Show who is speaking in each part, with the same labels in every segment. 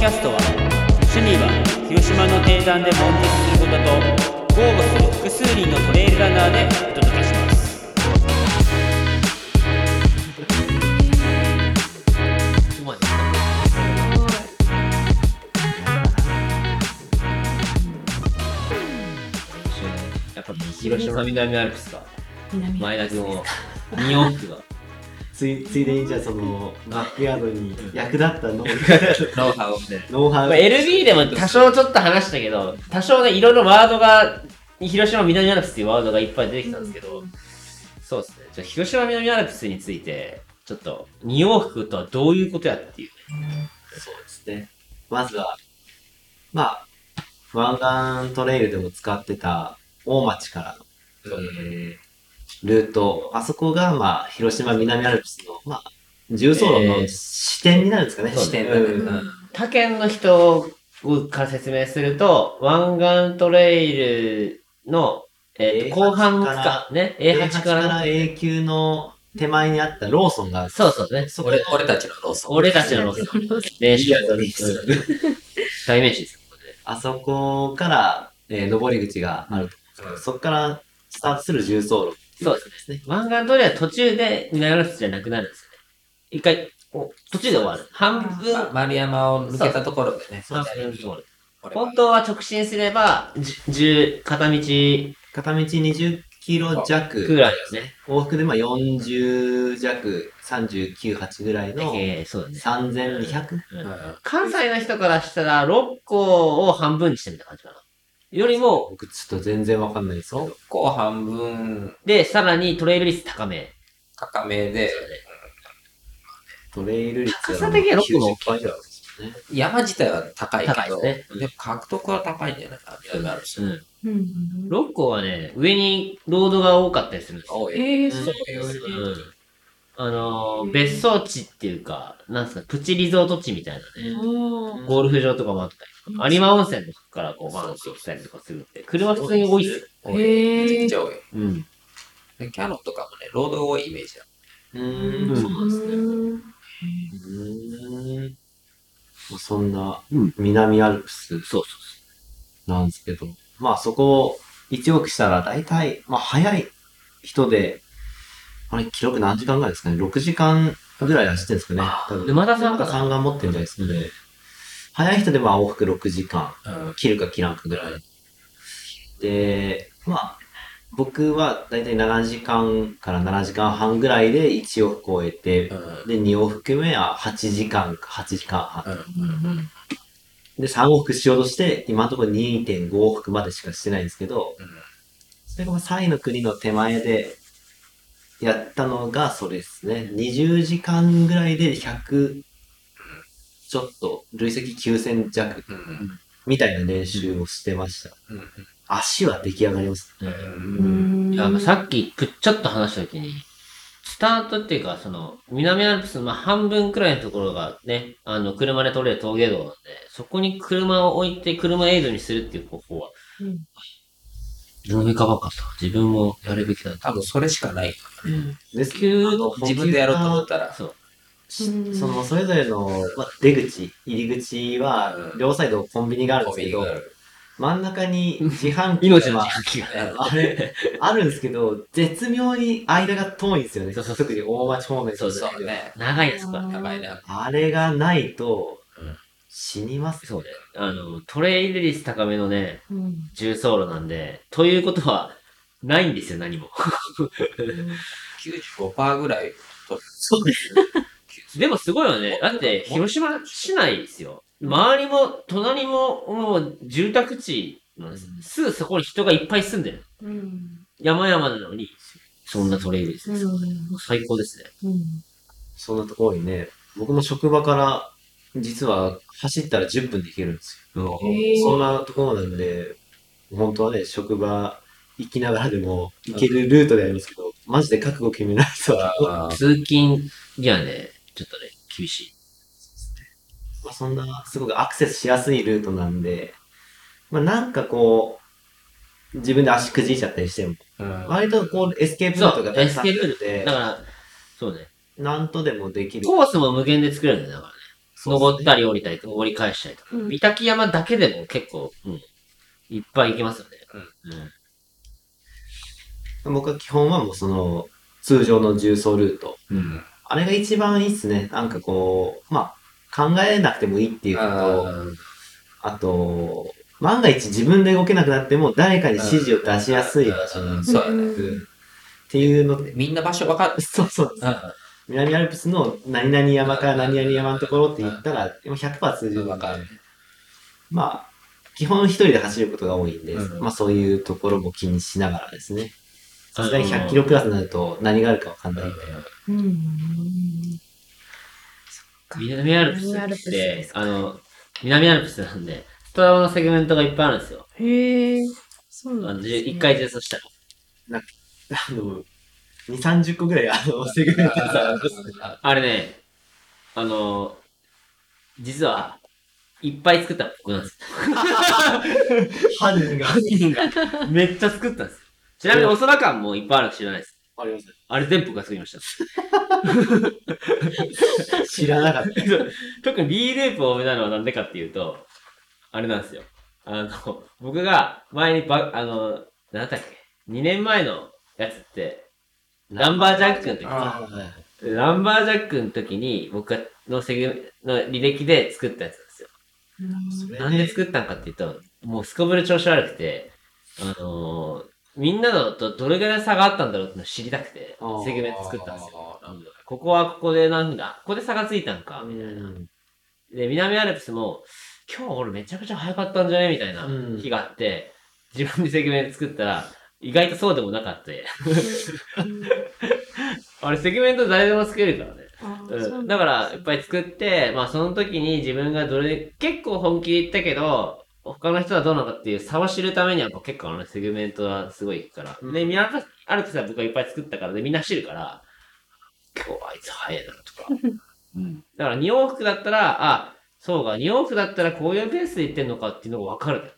Speaker 1: キャストは趣味は広島の定山で悶絶することと豪語する複数人のトレイルランナーでお届けします
Speaker 2: うまいやっぱ広島南アルプスか
Speaker 3: 南
Speaker 2: 前田君を2往復が
Speaker 4: ついついでにじゃあそのバックヤードに役立った ノウ
Speaker 2: ノウハウみたいな
Speaker 4: ノウハウ、
Speaker 2: まあ LB でも多少ちょっと話したけど多少ねいろいろワードが広島南アルプスっていうワードがいっぱい出てきたんですけど、そうですねじゃあ広島南アルプスについてちょっと2往復とはどういうことやっていう
Speaker 4: そうですねまずはまあ湾岸トレイルでも使ってた大町からのルートあそこがまあ広島南アルプスのまあ重走路
Speaker 2: えー
Speaker 4: の支点になるんですかね、
Speaker 2: そうね
Speaker 4: 支点
Speaker 2: うん
Speaker 4: うん
Speaker 2: 他県の人から説明すると、湾岸トレイルの、えー
Speaker 4: A8
Speaker 2: 後半区
Speaker 4: か
Speaker 2: 間ね、
Speaker 4: A8
Speaker 2: A8
Speaker 4: か
Speaker 2: からら。
Speaker 4: A9 の手前にあったローソンがある
Speaker 2: そうそうね。
Speaker 4: そこ
Speaker 5: 俺俺たちのローソン。
Speaker 2: 俺たち のロス。練習
Speaker 4: リアルに
Speaker 2: 代名詞です。
Speaker 4: あそこから、えー上り口があると
Speaker 5: うん
Speaker 4: そこからスタートする重走路ってい
Speaker 2: そう
Speaker 4: ことですね。
Speaker 2: 湾岸トレイルは途中で南アルプスじゃなくなるんですよね。一回、途中で終わる。半分、
Speaker 5: ま丸山を抜けたところでね。
Speaker 2: 半分終わる。
Speaker 5: 俺は
Speaker 2: 本当は直進すれば、10、片道く
Speaker 4: 片道20キロ弱、
Speaker 2: らいですね。
Speaker 4: 往復でまあ40弱、39、8ぐらいの
Speaker 2: えー、そうだね。
Speaker 4: 3200
Speaker 5: うん
Speaker 2: 関西の人からしたら、6個を半分にしてみた感じかな。よりも、
Speaker 4: 僕ちょっと全然わかんないですけど
Speaker 5: 六。個半分
Speaker 2: で、さらにトレイル率高め。
Speaker 5: 高めで、
Speaker 4: トレイル率
Speaker 2: 高さ的には六個の
Speaker 4: 90%ぐらいですよね。
Speaker 5: 山自体は高いけ
Speaker 2: 高い
Speaker 5: ど、
Speaker 2: で
Speaker 5: でも獲得は高いんじゃないかな、南アルプス。
Speaker 2: うん。
Speaker 3: うんうん
Speaker 2: 6個はね、上にロードが多かったりするんですよ。
Speaker 5: 多い。
Speaker 3: えー、
Speaker 2: うん
Speaker 3: そう
Speaker 2: うん。あのー、別荘地っていうか、なんすか、プチリゾート地みたいなね。
Speaker 3: おー
Speaker 2: ゴルフ場とかもあったりとか、有馬温泉とかからこう、バーンって来たりとかするんで、車普通に多いっすよ。
Speaker 5: 多い。
Speaker 3: へー
Speaker 5: めちゃくちゃ多い。
Speaker 2: うん。
Speaker 5: でキャノンとかもね、ロード多いイメージだ。
Speaker 4: うーん、そうなんですね。うーんまあそんな
Speaker 2: うん
Speaker 4: 南アルプス
Speaker 2: そうそう
Speaker 4: なんですけど、まあそこを1億したら大体、まあ早い人で、あれ、記録何時間ぐらいですかね ?6 時間ぐらい走ってるんですかね多
Speaker 2: そう。
Speaker 4: 分。
Speaker 2: 沼田さんかな
Speaker 4: 3が持ってるみたいですので、早い人でまあ往復6時間、
Speaker 5: うん。
Speaker 4: 切るか切らんかぐらい。で、まあ、僕は大体7時間から7時間半ぐらいで1往復超えて、
Speaker 5: うん。
Speaker 4: で、2往復目は8時間か8時間半。
Speaker 3: うん
Speaker 4: で、3往復しようとして、今のところ2.5往復までしかしてないんですけど、それが3位の国の手前でやったのが、それですね。20時間ぐらいで100、ちょっと、累積9000弱
Speaker 5: うん。
Speaker 4: みたいな練習をしてました。
Speaker 5: うん。
Speaker 4: 足は出来上がります。
Speaker 5: うん。
Speaker 3: う
Speaker 2: うん
Speaker 3: ん
Speaker 2: いやさっきくちょっと話したときに、スタートっていうか、その、南アルプスのまあ半分くらいのところがね、あの、車で通れる峠道なんで、そこに車を置いて車エイドにするっていう方法は、
Speaker 3: うん
Speaker 2: 思い浮かばんかった。自分もやるべきだと。
Speaker 5: 多分それしかない。
Speaker 4: です
Speaker 2: 急
Speaker 4: の
Speaker 5: 自分でやろうと思ったら。
Speaker 2: そう。
Speaker 3: うん
Speaker 4: その、それぞれの、まあ、出口、入り口は、両サイドコンビニがあるんですけど、真ん中に自販機
Speaker 2: 命の
Speaker 4: が
Speaker 2: 時期が。
Speaker 4: あれ、あるんですけど、絶妙に間が遠いんですよね。
Speaker 2: そうそう
Speaker 4: 特に大町方面
Speaker 2: そう
Speaker 4: ですけど
Speaker 5: そうね。
Speaker 2: 長いですから。
Speaker 5: やばいな。
Speaker 4: あれがないと
Speaker 5: うん、
Speaker 4: 死にます。
Speaker 2: そうね。あの、トレイル率高めのね、
Speaker 3: うん
Speaker 2: 重走路なんで、ということは、ないんですよ、何も。
Speaker 5: 95%ぐらい取る。
Speaker 4: そうです。
Speaker 2: でもすごいよね。だって、広島市内ですよ。周りも、隣も、もう住宅地なんです。すぐそこに人がいっぱい住んでる。
Speaker 3: うん
Speaker 2: 山々なのに、そんなトレイルです。
Speaker 3: うん
Speaker 2: 最高ですね。
Speaker 3: うん
Speaker 4: そんなところにね、僕も職場から、実は走ったら10分で行けるんですよ。
Speaker 3: へー
Speaker 4: そんなところなんで、本当はね、職場行きながらでも行けるルートでありますけど、マジで覚悟決めないと、ま
Speaker 2: 通勤にはね、ちょっとね、厳しい。
Speaker 4: あ、そんなすごくアクセスしやすいルートなんで、まあなんかこう、自分で足くじいちゃったりしても、
Speaker 5: うん
Speaker 4: 割とこうエスケープルー
Speaker 2: そ
Speaker 4: トが
Speaker 2: う、
Speaker 4: た
Speaker 2: エ
Speaker 4: く
Speaker 2: ス
Speaker 4: さん
Speaker 2: ケ
Speaker 4: あ
Speaker 2: ー
Speaker 4: る
Speaker 2: ル
Speaker 4: ので
Speaker 2: だ、から、そうね。
Speaker 4: なんとでもできる。
Speaker 2: コースも無限で作れるんだよだからね。登ったり降りたり、登り返したりとか。
Speaker 3: うん
Speaker 2: 三滝山だけでも結構、うん、いっぱい行けますよね。
Speaker 4: 僕は基本はもうその、通常の重曹ルート。
Speaker 5: うん。
Speaker 4: あれが一番いいっすね。なんかこう、まあ、考えなくてもいいっていうこと
Speaker 5: あー
Speaker 4: あと、万が一自分で動けなくなっても、誰かに指示を出しやすい場所
Speaker 5: うん
Speaker 4: に
Speaker 5: そうやね。
Speaker 4: 行くっていうので、
Speaker 5: みんな場所わかる。
Speaker 4: そうそう。
Speaker 5: う
Speaker 4: 南アルプスの何々山から何々山のところって言ったら、もう100%通じ
Speaker 5: ん。
Speaker 4: る
Speaker 5: わ
Speaker 4: ので
Speaker 5: かる。
Speaker 4: まあ、基本一人で走ることが多いんで、
Speaker 5: うん
Speaker 4: まあそういうところも気にしながらですね。さすがに100キロクラスになると何があるかわかんないんで。
Speaker 3: うん。
Speaker 2: 南アルプス
Speaker 3: 南アルプ
Speaker 2: って
Speaker 3: スで、
Speaker 2: あの、南アルプスなんで、ストラボのセグメントがいっぱいあるんですよ。
Speaker 3: へえ。そ
Speaker 2: あ
Speaker 3: うな
Speaker 2: の、
Speaker 3: ん
Speaker 2: じ
Speaker 3: で
Speaker 2: ゅ
Speaker 3: すね
Speaker 2: 一回転送したら。
Speaker 4: あの、2、30個ぐらい、あの、セグメントさ、あるんですね
Speaker 2: あれね、あの、実は、いっぱい作ったの僕なんですよ。
Speaker 4: 犯人が。
Speaker 2: 本人 が。めっちゃ作ったんですよ。ちなみに、お空間もいっぱいあるか知らないです。
Speaker 4: あります
Speaker 2: あれ全部僕が作りました。
Speaker 4: 知らなかった。
Speaker 2: そう特に B レープをめなのはなんでかっていうと、あれなんですよ。あの、僕が前にば、あの、なんだっけ、2年前のやつって、ランバージャックの時
Speaker 5: あ
Speaker 4: はいはい
Speaker 2: ランバージャックの時に僕がのセグの履歴で作ったやつなんですよ。
Speaker 4: それ
Speaker 2: なんで作ったんかっていうと、もうすこぶる調子悪くて、あのーみんなのとどれぐらい差があったんだろうってのを知りたくて
Speaker 4: あ、ー
Speaker 2: セグメント作ったんですよ。
Speaker 5: あー
Speaker 2: うんここはここでなんだ、ここで差がついたんか、
Speaker 4: う
Speaker 2: みたいな。
Speaker 4: ん
Speaker 2: で、南アルプスも、今日俺めちゃくちゃ早かったんじゃねみたいな
Speaker 4: うん
Speaker 2: 日があって、自分でセグメント作ったら、意外とそうでもなかった。あれ、セグメント誰でも作れるからね。うん、だから、いっぱい作って、まあその時に自分がどれ、結構本気で言ったけど、他の人はどうなのかっていう差を知るためにはやっぱ結構あのセグメントはすごいいくから。
Speaker 4: うん
Speaker 2: で、ミラノアルプスは僕がいっぱい作ったからで、みんな知るから、今日あいつ早いなとか。
Speaker 5: うん。
Speaker 2: だから2往復だったら、あ、そうか、2往復だったらこういうペースでいってんのかっていうのがわかるんだよ。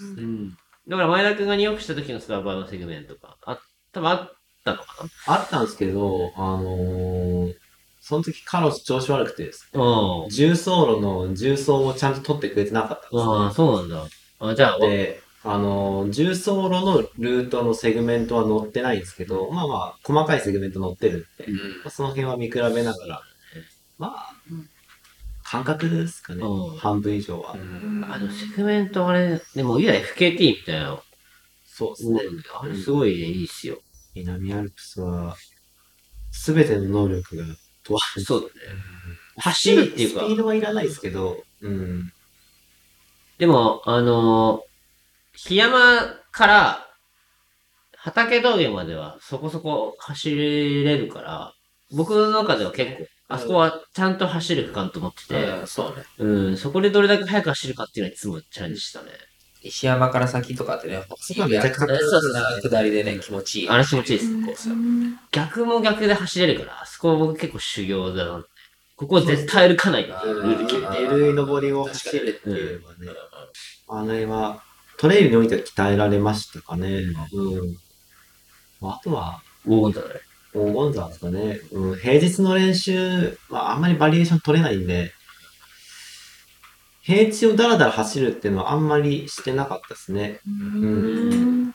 Speaker 5: うん。
Speaker 2: だから前田くんが2往復した時のスラバーのセグメントとか、あ、多分あったのか
Speaker 4: あったんですけど、あのー、その時カロス調子悪くてです、
Speaker 2: なうん。
Speaker 4: 重走路の重走をちゃんと取ってくれてなかったんですね。
Speaker 2: ああ、そうなんだ。あ、じゃあ、
Speaker 4: で、あのー、重走路のルートのセグメントは載ってないんですけど、まあまあ、細かいセグメント載ってるんで、まあその辺は見比べながら、まあ、感覚ですかね
Speaker 2: うん、
Speaker 4: 半分以上は
Speaker 5: う。ん。
Speaker 2: あの、セグメントあれ、でも、いわゆる FKT みたいなの、
Speaker 4: そうですね。
Speaker 2: あれすごいね、いいっすよ。
Speaker 4: 南アルプスは、すべての能力が問われる。
Speaker 2: そうだね。走るっていうか
Speaker 4: スピードはいらないですけど、うん。
Speaker 2: でも、あのー、檜山から畑峠まではそこそこ走れるから、僕の中では結構、あそこはちゃんと走る区間と思ってて
Speaker 5: うん、そうね。
Speaker 2: うん、そこでどれだけ速く走るかっていうのはいつもチャレンジしたね。
Speaker 5: 石山から先とかってね、
Speaker 4: そこはめちゃくちゃ
Speaker 5: えそうそう下りでね、気持ちいい。
Speaker 2: あれ気持ちいいです
Speaker 5: こうさ
Speaker 2: 逆も逆で走れるから、あそこは僕結構修行だな。ここは絶対歩かないから。
Speaker 5: うん
Speaker 2: ルール決めて
Speaker 5: うん
Speaker 4: 緩い登りを走るっていうのはね、
Speaker 5: う
Speaker 4: あの辺は、トレイルにおいては鍛えられましたかね。うん。まあ、あとは、
Speaker 2: 黄金だね。
Speaker 4: 黄金山ですかね。うん。平日の練習、まあ、あんまりバリエーション取れないんで、平地をだらだら走るっていうのはあんまりしてなかったですね。なん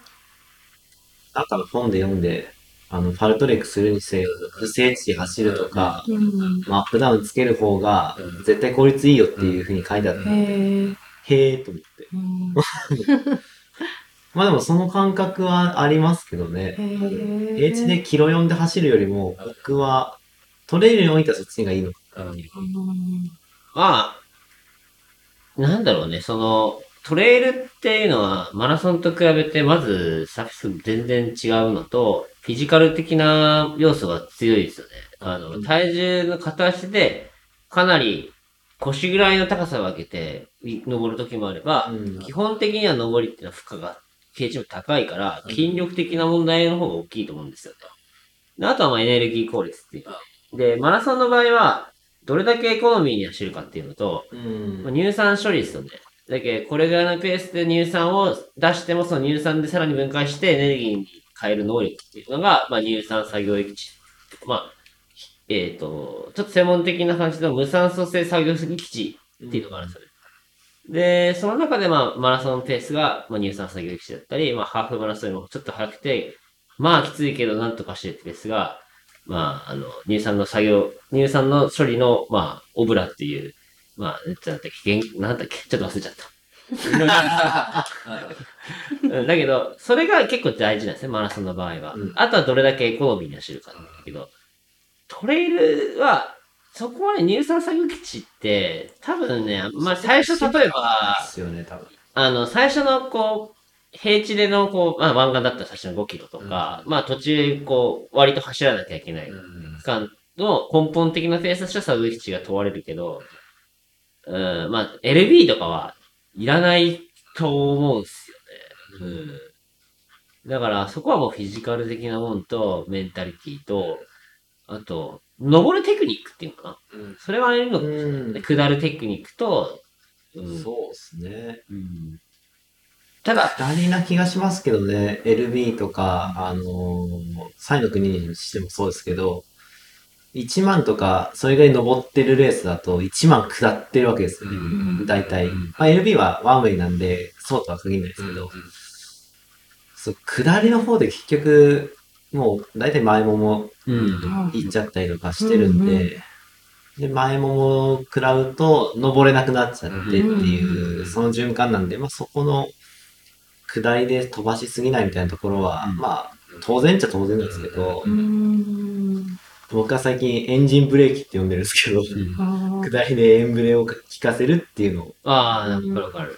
Speaker 4: かの本で読んで、あの、ファルトレックするにせよ、聖地走るとか、まあ、アップダウンつける方が
Speaker 5: う、ん
Speaker 4: 絶対効率いいよっていうふうに書いてあっ
Speaker 5: う
Speaker 4: た
Speaker 5: ん
Speaker 4: んで、へえと思って。まあでもその感覚はありますけどね。平地でキロ4で走るよりも、僕は、トレイルにおいてはそっちがいいのか。
Speaker 5: んうん
Speaker 2: まあ、なんだろうね、その、トレイルっていうのは、マラソンと比べて、まず、サーフィス全然違うのと、フィジカル的な要素が強いですよね。あの、体重の片足で、かなり腰ぐらいの高さを上げて、い登る時もあれば、
Speaker 4: うん
Speaker 2: 基本的には登りっていうのは負荷が、傾斜も高いから、筋力的な問題の方が大きいと思うんですよね。であとはまあエネルギー効率っていう。で、マラソンの場合は、どれだけエコノミーに走るかっていうのと、
Speaker 4: うん
Speaker 2: まあ乳酸処理ですよね。だけどこれぐらいのペースで乳酸を出しても、その乳酸でさらに分解してエネルギーに変える能力っていうのが、まあ、乳酸作業域値。まあ、えっ、と、ちょっと専門的な話の無酸素性作業基地っていうのがあるんですよね。で、その中で、まあ、マラソンペースが、まあ、乳酸作業基地だったり、まあ、ハーフマラソンよりもちょっと早くて、まあ、きついけど、なんとかしてってですが、まあ、あの、乳酸の作業、乳酸の処理の、まあ、オブラっていう、まあ、なんだっけ、原なんだっけ、ちょっと忘れちゃった。うんだけど、それが結構大事なんですね、マラソンの場合は。
Speaker 4: うん
Speaker 2: あとはどれだけエコノミーに走るかなんだけど、トレイルは、そこまで乳酸作業基地って、多分ね、まあ最初例えば
Speaker 4: で、すよね、多分。
Speaker 2: あの、最初のこう、平地でのこう、まあ湾岸だったら最初の5キロとか、まあ途中こう、割と走らなきゃいけない期間の根本的なペースとしては作業基地が問われるけど、うん、まあ LB とかはいらないと思うんですよね。うん。だからそこはもうフィジカル的なもんと、メンタリティと、あと、登るテクニックっていうのかな、
Speaker 4: うん
Speaker 2: それはあれの、
Speaker 4: うん
Speaker 2: 下るテクニックと、うん
Speaker 4: そうですね。
Speaker 2: うん
Speaker 4: ただ、二人な気がしますけどね、LB とか、あのー、サイの国にしてもそうですけど、1万とか、それぐらい登ってるレースだと、1万下ってるわけですよね、大体。まあ、LB はワンウェイなんで、そうとは限らないですけど、そう下りの方で結局、もう大体前もも行っちゃったりとかしてるん
Speaker 3: うんう
Speaker 4: で、で、前ももを食らうと、登れなくなっちゃってって
Speaker 5: う
Speaker 4: い
Speaker 5: ん
Speaker 4: う、その循環なんで、まあそこの、下りで飛ばしすぎないみたいなところは、
Speaker 5: うん
Speaker 4: まあ、当然っちゃ当然なんですけど、
Speaker 3: うん。
Speaker 4: 僕は最近エンジンブレーキって呼んでるんですけど、
Speaker 3: あー
Speaker 4: 下りでエンブレを効かせるっていうのを
Speaker 2: ああ、なんかわかる。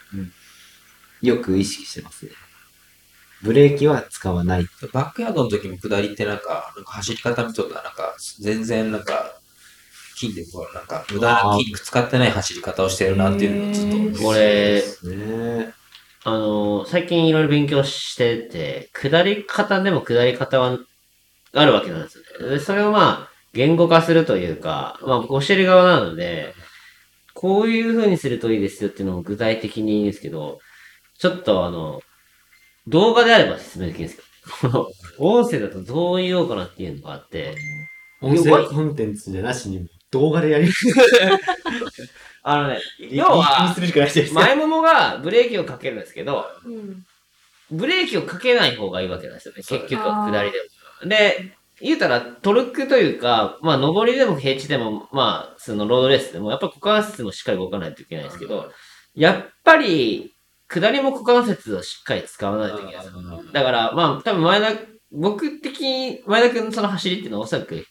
Speaker 4: よく意識してますね。ブレーキは使わない。
Speaker 5: バックヤードの時も下りってなんか、なんか走り方見とったらなんか、全然なんか、筋でこう、なんか、無駄な筋肉使ってない走り方をしてるなっていうのをずっと思う。
Speaker 2: 俺、
Speaker 4: そうですね。
Speaker 2: あのー、最近いろいろ勉強してて、下り方でも下り方はあるわけなんですよね。でそれをまあ、言語化するというか、まあ僕教える側なので、こういう風にするといいですよっていうのを具体的に言うんですけど、ちょっとあの、動画であれば説明できるんですけど、この 音声だとどう言おうかなっていうのがあって、
Speaker 4: 音
Speaker 2: 要は
Speaker 4: 声コンテンツじゃなしに動画でやり、
Speaker 2: あのね、要は
Speaker 4: 気、にするしかないじゃないですか。
Speaker 2: 前ももがブレーキをかけるんですけど、
Speaker 3: うん
Speaker 2: ブレーキをかけない方がいいわけなんですよね、結局
Speaker 3: あ
Speaker 2: は
Speaker 3: ー
Speaker 2: 下りでも。で、言うたらトルクというか、まあ上りでも平地でも、まあそのロードレースでも、やっぱ股関節もしっかり動かないといけないんですけど、やっぱり下りも股関節をしっかり使わないといけないんですよ。だから、まあ多分前田、僕的に前田君のその走りっていうのはおそらく、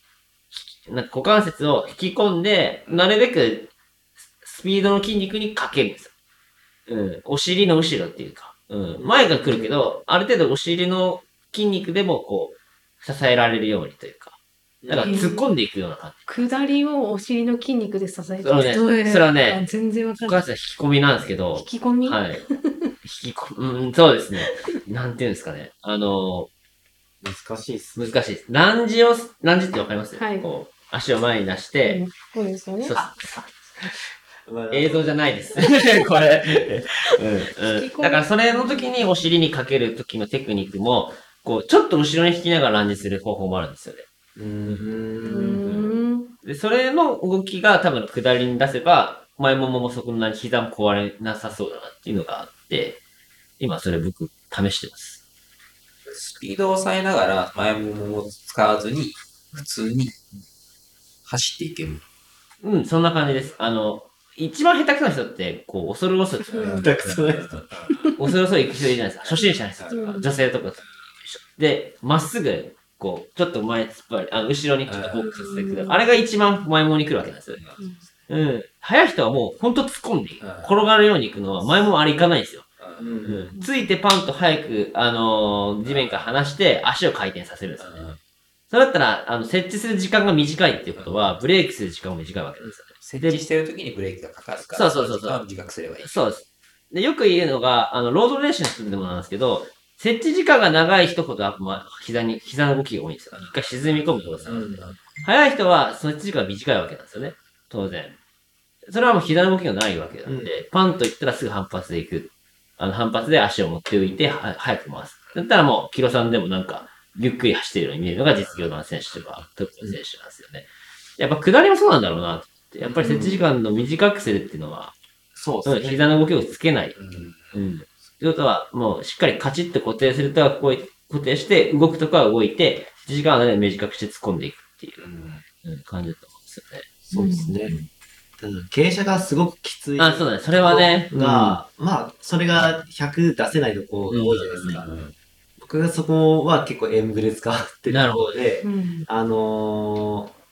Speaker 2: なんか股関節を引き込んで、なるべくスピードの筋肉にかけるんですよ。うん。お尻の後ろっていうか。うん。前が来るけど、ある程度お尻の筋肉でもこう、支えられるようにというか。だから突っ込んでいくような感
Speaker 3: 下りをお尻の筋肉で支えて
Speaker 2: そうね
Speaker 3: どういう
Speaker 2: それはね
Speaker 3: あ全然わ
Speaker 2: じ。
Speaker 3: かん
Speaker 2: 股
Speaker 3: ない。
Speaker 2: 関節は引き込みなんですけど
Speaker 3: 引、き込み、
Speaker 2: はい。引き込む、うん、そうですね。なんていうんですかね。あの
Speaker 4: 難しいっすね。
Speaker 2: 難しいです。ランジを、ランジってわかります
Speaker 3: はい
Speaker 2: こう、足を前に出して、
Speaker 3: うんそうですよね
Speaker 2: そう。
Speaker 4: まあ
Speaker 2: 映像じゃないです。 これ、 うん
Speaker 3: 引き込
Speaker 2: うん。
Speaker 3: む
Speaker 2: だからそれの時にお尻にかける時のテクニックも、こう、ちょっと後ろに引きながらランジする方法もあるんですよね。
Speaker 4: うーん。
Speaker 3: うん
Speaker 2: で、それの動きが多分下りに出せば、前もももそこなに膝も壊れなさそうだなっていうのがあって、今それ僕試してます。
Speaker 5: スピードを抑えながら、前ももを使わずに、普通に走っていける。
Speaker 2: うん、そんな感じです。あの、一番下手くそな人って、こう、恐る恐る、
Speaker 4: 全くそうです。
Speaker 2: 恐る恐る行く人いるじゃないですか。初心者の人と
Speaker 3: う
Speaker 2: か、
Speaker 3: ん
Speaker 2: 女性とかと一緒。で、まっすぐ、こう、ちょっと前突っ張り、あの後ろにちょっとフォークさせてく
Speaker 3: う
Speaker 2: る。
Speaker 3: ん
Speaker 2: あれが一番前もに来るわけなんですよ。うん。速い人はもう、ほんと突っ込んでいく
Speaker 5: うん。
Speaker 2: 転がるように行くのは、前もあれ行かないんですよ。
Speaker 4: う
Speaker 5: うん
Speaker 4: ん
Speaker 2: ついてパンと早く、あのー地面から離して足を回転させるんですよね。それだったら、あの、設置する時間が短いっていうことは、ブレーキする時間も短いわけですよね。
Speaker 5: 設置してる時にブレーキがかかるから、
Speaker 2: そうそうそうそう
Speaker 5: の時間を短くすればいい。
Speaker 2: そうです。で、よく言うのが、あの、ロードレーシの人でもなんですけど、設置時間が長い人ほど、まあ、膝に、膝の動きが多いんですよ。一回沈み込む動作。早い人は、設置時間が短いわけなんですよね。当然。それはもう膝の動きがないわけなんで、パンといったらすぐ反発でいく。あの、反発で足を持っておいて、は早く回す。だったらもう、キロさんでもなんか、ゆっくり走ってるように見えるのが実業団選手とか、トップの選手なんですよね。やっぱ下りもそうなんだろうなって。やっぱり設置時間の短くするっていうのは、
Speaker 4: そう
Speaker 2: うん
Speaker 4: ですね。
Speaker 2: 膝の動きをつけない。
Speaker 5: うん
Speaker 2: うん。ということは、もうしっかりカチッと固定するとはこうい固定して、動くとかは動いて、設置時間はなるべく短くして突っ込んでいくっていううん感じだと思うんですよね。
Speaker 4: そうですね。ただ傾斜がすごくきつい。
Speaker 2: あ、そうだね。それはね。うん
Speaker 4: が、まあ、それが100出せないとこが多いじゃないですか。僕がそこは結構エンブレ使ってる
Speaker 2: なるほ
Speaker 4: 方で、
Speaker 3: うん。
Speaker 4: あのー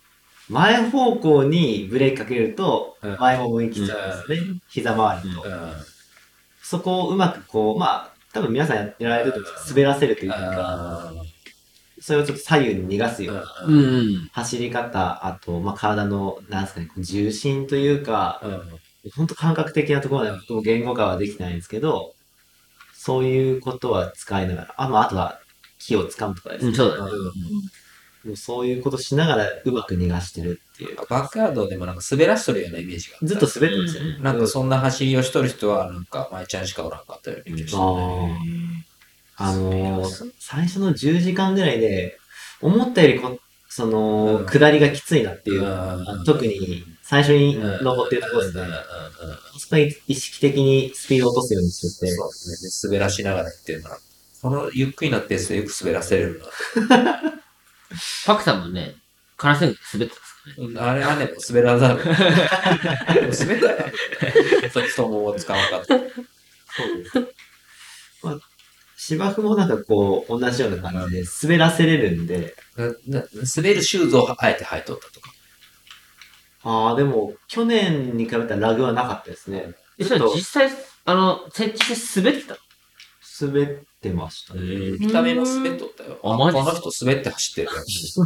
Speaker 4: 前方向にブレーキかけると
Speaker 5: うん、
Speaker 4: 前も向いきちゃうんですね。膝周りと。そこをうまくこう、まあ、多分皆さんやられると思うんですけど滑らせるというか、それをちょっと左右に逃がすような
Speaker 2: うんうん。
Speaker 4: 走り方、あと、まあ、体の、なんですかね、こう重心というか、本当感覚的なところまで僕も言語化はできてないんですけど、そういうことは使いながら、あまあ、あとは木を掴むとかです
Speaker 2: う
Speaker 4: ね
Speaker 2: ん、。そうだね。
Speaker 4: もうそういうことしながらうまく逃がしてるっていう。
Speaker 5: バックヤードでもなんか滑らしとるようなイメージがあた
Speaker 4: ずっと滑ってますよね。
Speaker 5: なんかそんな走りをしとる人はなんか舞ちゃんしかおらんかったような気がして、
Speaker 4: あああのー最初の10時間ぐらいで、思ったよりこ、その、
Speaker 5: うん
Speaker 4: 下りがきついなっていう、
Speaker 5: うん
Speaker 4: 特に最初に登ってるところですね。そこは意識的にスピードを落とすようにしてて、
Speaker 5: そうですね。滑らしながら行ってるから。このゆっくりなペースでよく滑らせれる
Speaker 2: パクさんもね、カラセン滑ってたんですかね。
Speaker 5: な。あれはね、滑 らざる。滑ったら、ちょっともう使わなかった。
Speaker 4: 芝生もなんかこう、同じような感じで滑らせれるんで、
Speaker 5: 滑るシューズをあえて履いとったとか。
Speaker 4: ああ、でも、去年に比べたらラグはなかったですね。
Speaker 2: え、
Speaker 4: ち
Speaker 2: そ
Speaker 4: ょっ
Speaker 2: れ
Speaker 4: と
Speaker 2: 実際、あの、設置して滑ってた
Speaker 4: 滑ってましたね。
Speaker 5: 見た目も滑っとったよ。
Speaker 2: あマジ
Speaker 5: この人滑って走って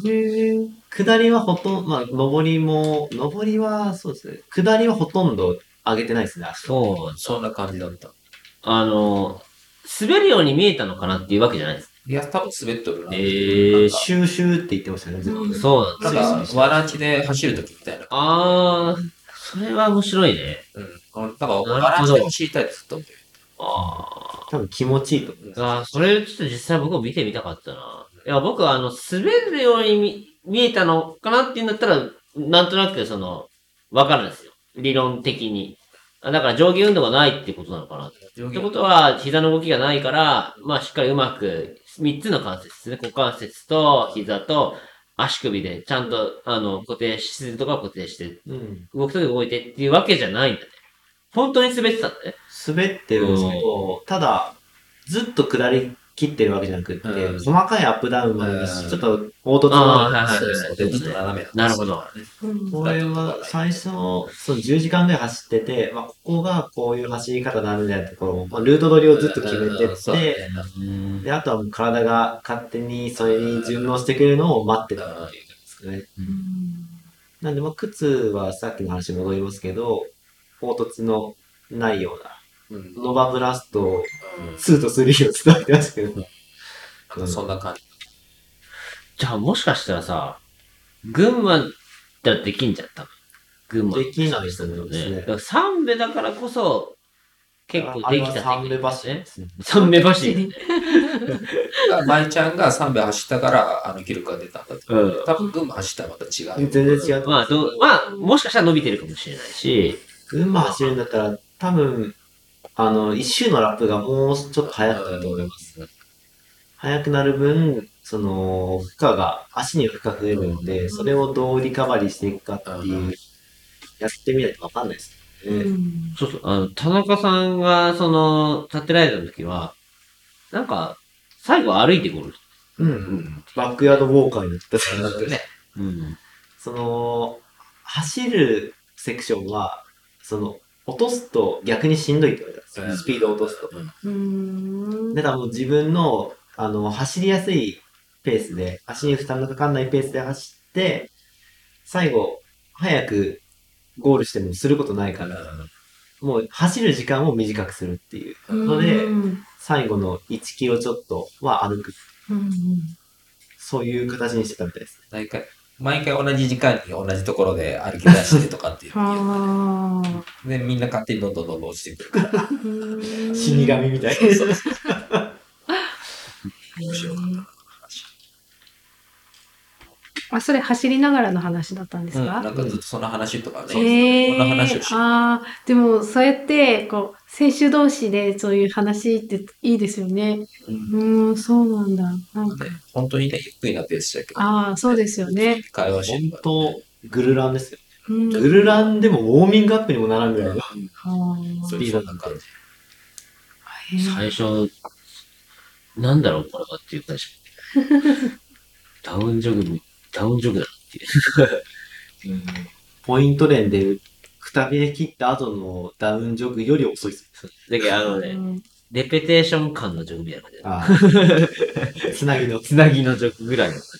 Speaker 5: るよ。
Speaker 3: へえ。
Speaker 4: 下りはほとんど、まあ、上りも、上りは、そうですね。下りはほとんど上げてないですね、足を。
Speaker 2: そう。
Speaker 5: そんな感じだった。
Speaker 2: あの、滑るように見えたのかなっていうわけじゃないです。
Speaker 5: いや、多分滑っとるな。
Speaker 2: え
Speaker 4: 収集って言ってましたね、ずっと。
Speaker 2: そうなんだ。
Speaker 5: なんか、わらちで走るときみたいな。
Speaker 2: あー、それは面白いね。
Speaker 5: うん。なんか、わらちで走りたいってずっと思うよ
Speaker 2: あ
Speaker 4: 多分気持ちいいと思う。
Speaker 2: ー。あーそれちょっと実際僕も見てみたかったな。いや、僕はあの、滑るように見見えたのかなっていうんだったら、なんとなくその、わかるんですよ。理論的に。あだから上下運動がないってことなのかな。
Speaker 5: 上
Speaker 2: って
Speaker 5: 下
Speaker 2: ことは、膝の動きがないから、まあしっかりうまく、3つの関節ですね。股関節と膝と足首で、ちゃんと、あの、固定し、するとか固定して、
Speaker 4: うん。
Speaker 2: 動くとき動いてっていうわけじゃないんだね。本当に滑ってたんだね。
Speaker 4: 滑ってるんですけど、ただ、ずっと下り切ってるわけじゃなくって、
Speaker 5: うん
Speaker 4: 細かいアップダウンもある
Speaker 5: う
Speaker 4: し、
Speaker 5: ん
Speaker 4: ちょっと凹凸も
Speaker 2: ああ、
Speaker 4: あ
Speaker 2: はい
Speaker 4: る
Speaker 2: はい
Speaker 5: そうそう
Speaker 2: はい。
Speaker 5: でずっと斜めだった
Speaker 2: なるほど。
Speaker 3: うん
Speaker 4: これは最初のその10時間ぐらい走ってて、まあ、ここがこういう走り方なんだみたいなところを、まあ、ルート取りをずっと決めて
Speaker 5: うん
Speaker 4: っ
Speaker 5: そう
Speaker 4: て、
Speaker 5: だね
Speaker 4: で、あとはもう体が勝手にそれに順応してくれるのを待ってたんで
Speaker 5: う
Speaker 4: すかね。
Speaker 3: うん
Speaker 4: なんで、まあ、靴はさっきの話に戻りますけど、凹凸のないような、
Speaker 5: んうん
Speaker 4: ノバブラストを
Speaker 5: うん
Speaker 4: 2と3を使ってましたけど、
Speaker 5: なんかそんな感じ。
Speaker 2: じゃあもしかしたらさ、群馬だってできんじゃん、多分。群馬。
Speaker 4: できないですね
Speaker 2: だから三部だからこそ、結構できたテクニック
Speaker 4: あれは三目走り
Speaker 2: ね
Speaker 4: で。すね。
Speaker 2: 三目走り。
Speaker 5: 舞ちゃんが3秒走ったから、あの記録が出たん だと。
Speaker 2: うん。
Speaker 5: 多分、群馬走ったらまた違
Speaker 4: 全
Speaker 5: う。
Speaker 4: 然違うと思
Speaker 2: ま
Speaker 4: う
Speaker 2: あ、
Speaker 4: んですけど。
Speaker 2: どうまあ、もしかしたら伸びてるかもしれないし、
Speaker 4: 群馬走るんだったら、多分、あの、一周のラップがもうちょっと早くなると思います。
Speaker 5: す。
Speaker 4: 早くなる分、その、負荷が、足に負荷が増えるので、それをどうリカバリーしていくかっていう、やってみないとわかんないですよね。
Speaker 3: うん
Speaker 2: そうそう、あの、田中さんが、その、サテライトの時は、なんか、最後歩いてくる。
Speaker 4: うん。バックヤードウォーカーになった
Speaker 5: うんね
Speaker 2: うん。
Speaker 4: その、走るセクションは、その、落とすと逆にしんどいって言われたんですよ。スピードを落とすと。
Speaker 5: う
Speaker 3: う
Speaker 5: ん
Speaker 3: ん
Speaker 4: だからもう自分の、あの、走りやすいペースで、足に負担のかかんないペースで走って、最後、早くゴールしてもすることないから、もう走る時間を短くするっていう。ので
Speaker 3: う、ん
Speaker 4: 最後の1キロちょっとは歩く。
Speaker 3: うん
Speaker 4: そういう形にしてたみたいですね。
Speaker 5: 毎回、毎回同じ時間に同じところで歩き出してとかっていう。
Speaker 3: はあ
Speaker 5: で、みんな勝手にどんどんどんどん落ちてくるから。
Speaker 3: うん
Speaker 4: 死神みたい
Speaker 5: そう
Speaker 4: な。
Speaker 5: そう面白かったな話。
Speaker 3: ああ、それ走りながらの話だったんです
Speaker 5: うん
Speaker 3: か
Speaker 5: なんかずっとその話とかね、
Speaker 3: ええ
Speaker 5: こんな話をし
Speaker 3: あーでもそうやってこう選手同士でそういう話っていいですよね。
Speaker 5: う
Speaker 3: うんーん、そうなんだ。なんか
Speaker 5: ね、本当にね、ゆっくりなペースだけど、
Speaker 3: ああ、そうですよね。
Speaker 5: 会話してる
Speaker 4: 本
Speaker 5: から
Speaker 4: 当、グルランですよ。
Speaker 3: うん、
Speaker 4: グルランでもウォーミングアップにもならんぐらいの
Speaker 5: うん
Speaker 3: あー
Speaker 4: ス
Speaker 5: そう
Speaker 4: ピー
Speaker 5: そ
Speaker 4: ド
Speaker 5: ん
Speaker 4: な
Speaker 5: な
Speaker 4: んで
Speaker 5: 感じ。
Speaker 3: へー
Speaker 2: 最初、なんだろう、これはっていう感じ。 ダウンジョグ、ダウンジョグだなっていう。
Speaker 4: ポイント連でくたびれ切った後のダウンジョグより遅いです。
Speaker 2: だけど、あの
Speaker 3: う
Speaker 2: ね、
Speaker 3: ん
Speaker 2: レペテーション感のジョグみたいな感じだね。
Speaker 4: ああ つなぎの。
Speaker 2: つなぎのジョグぐらいの感じ。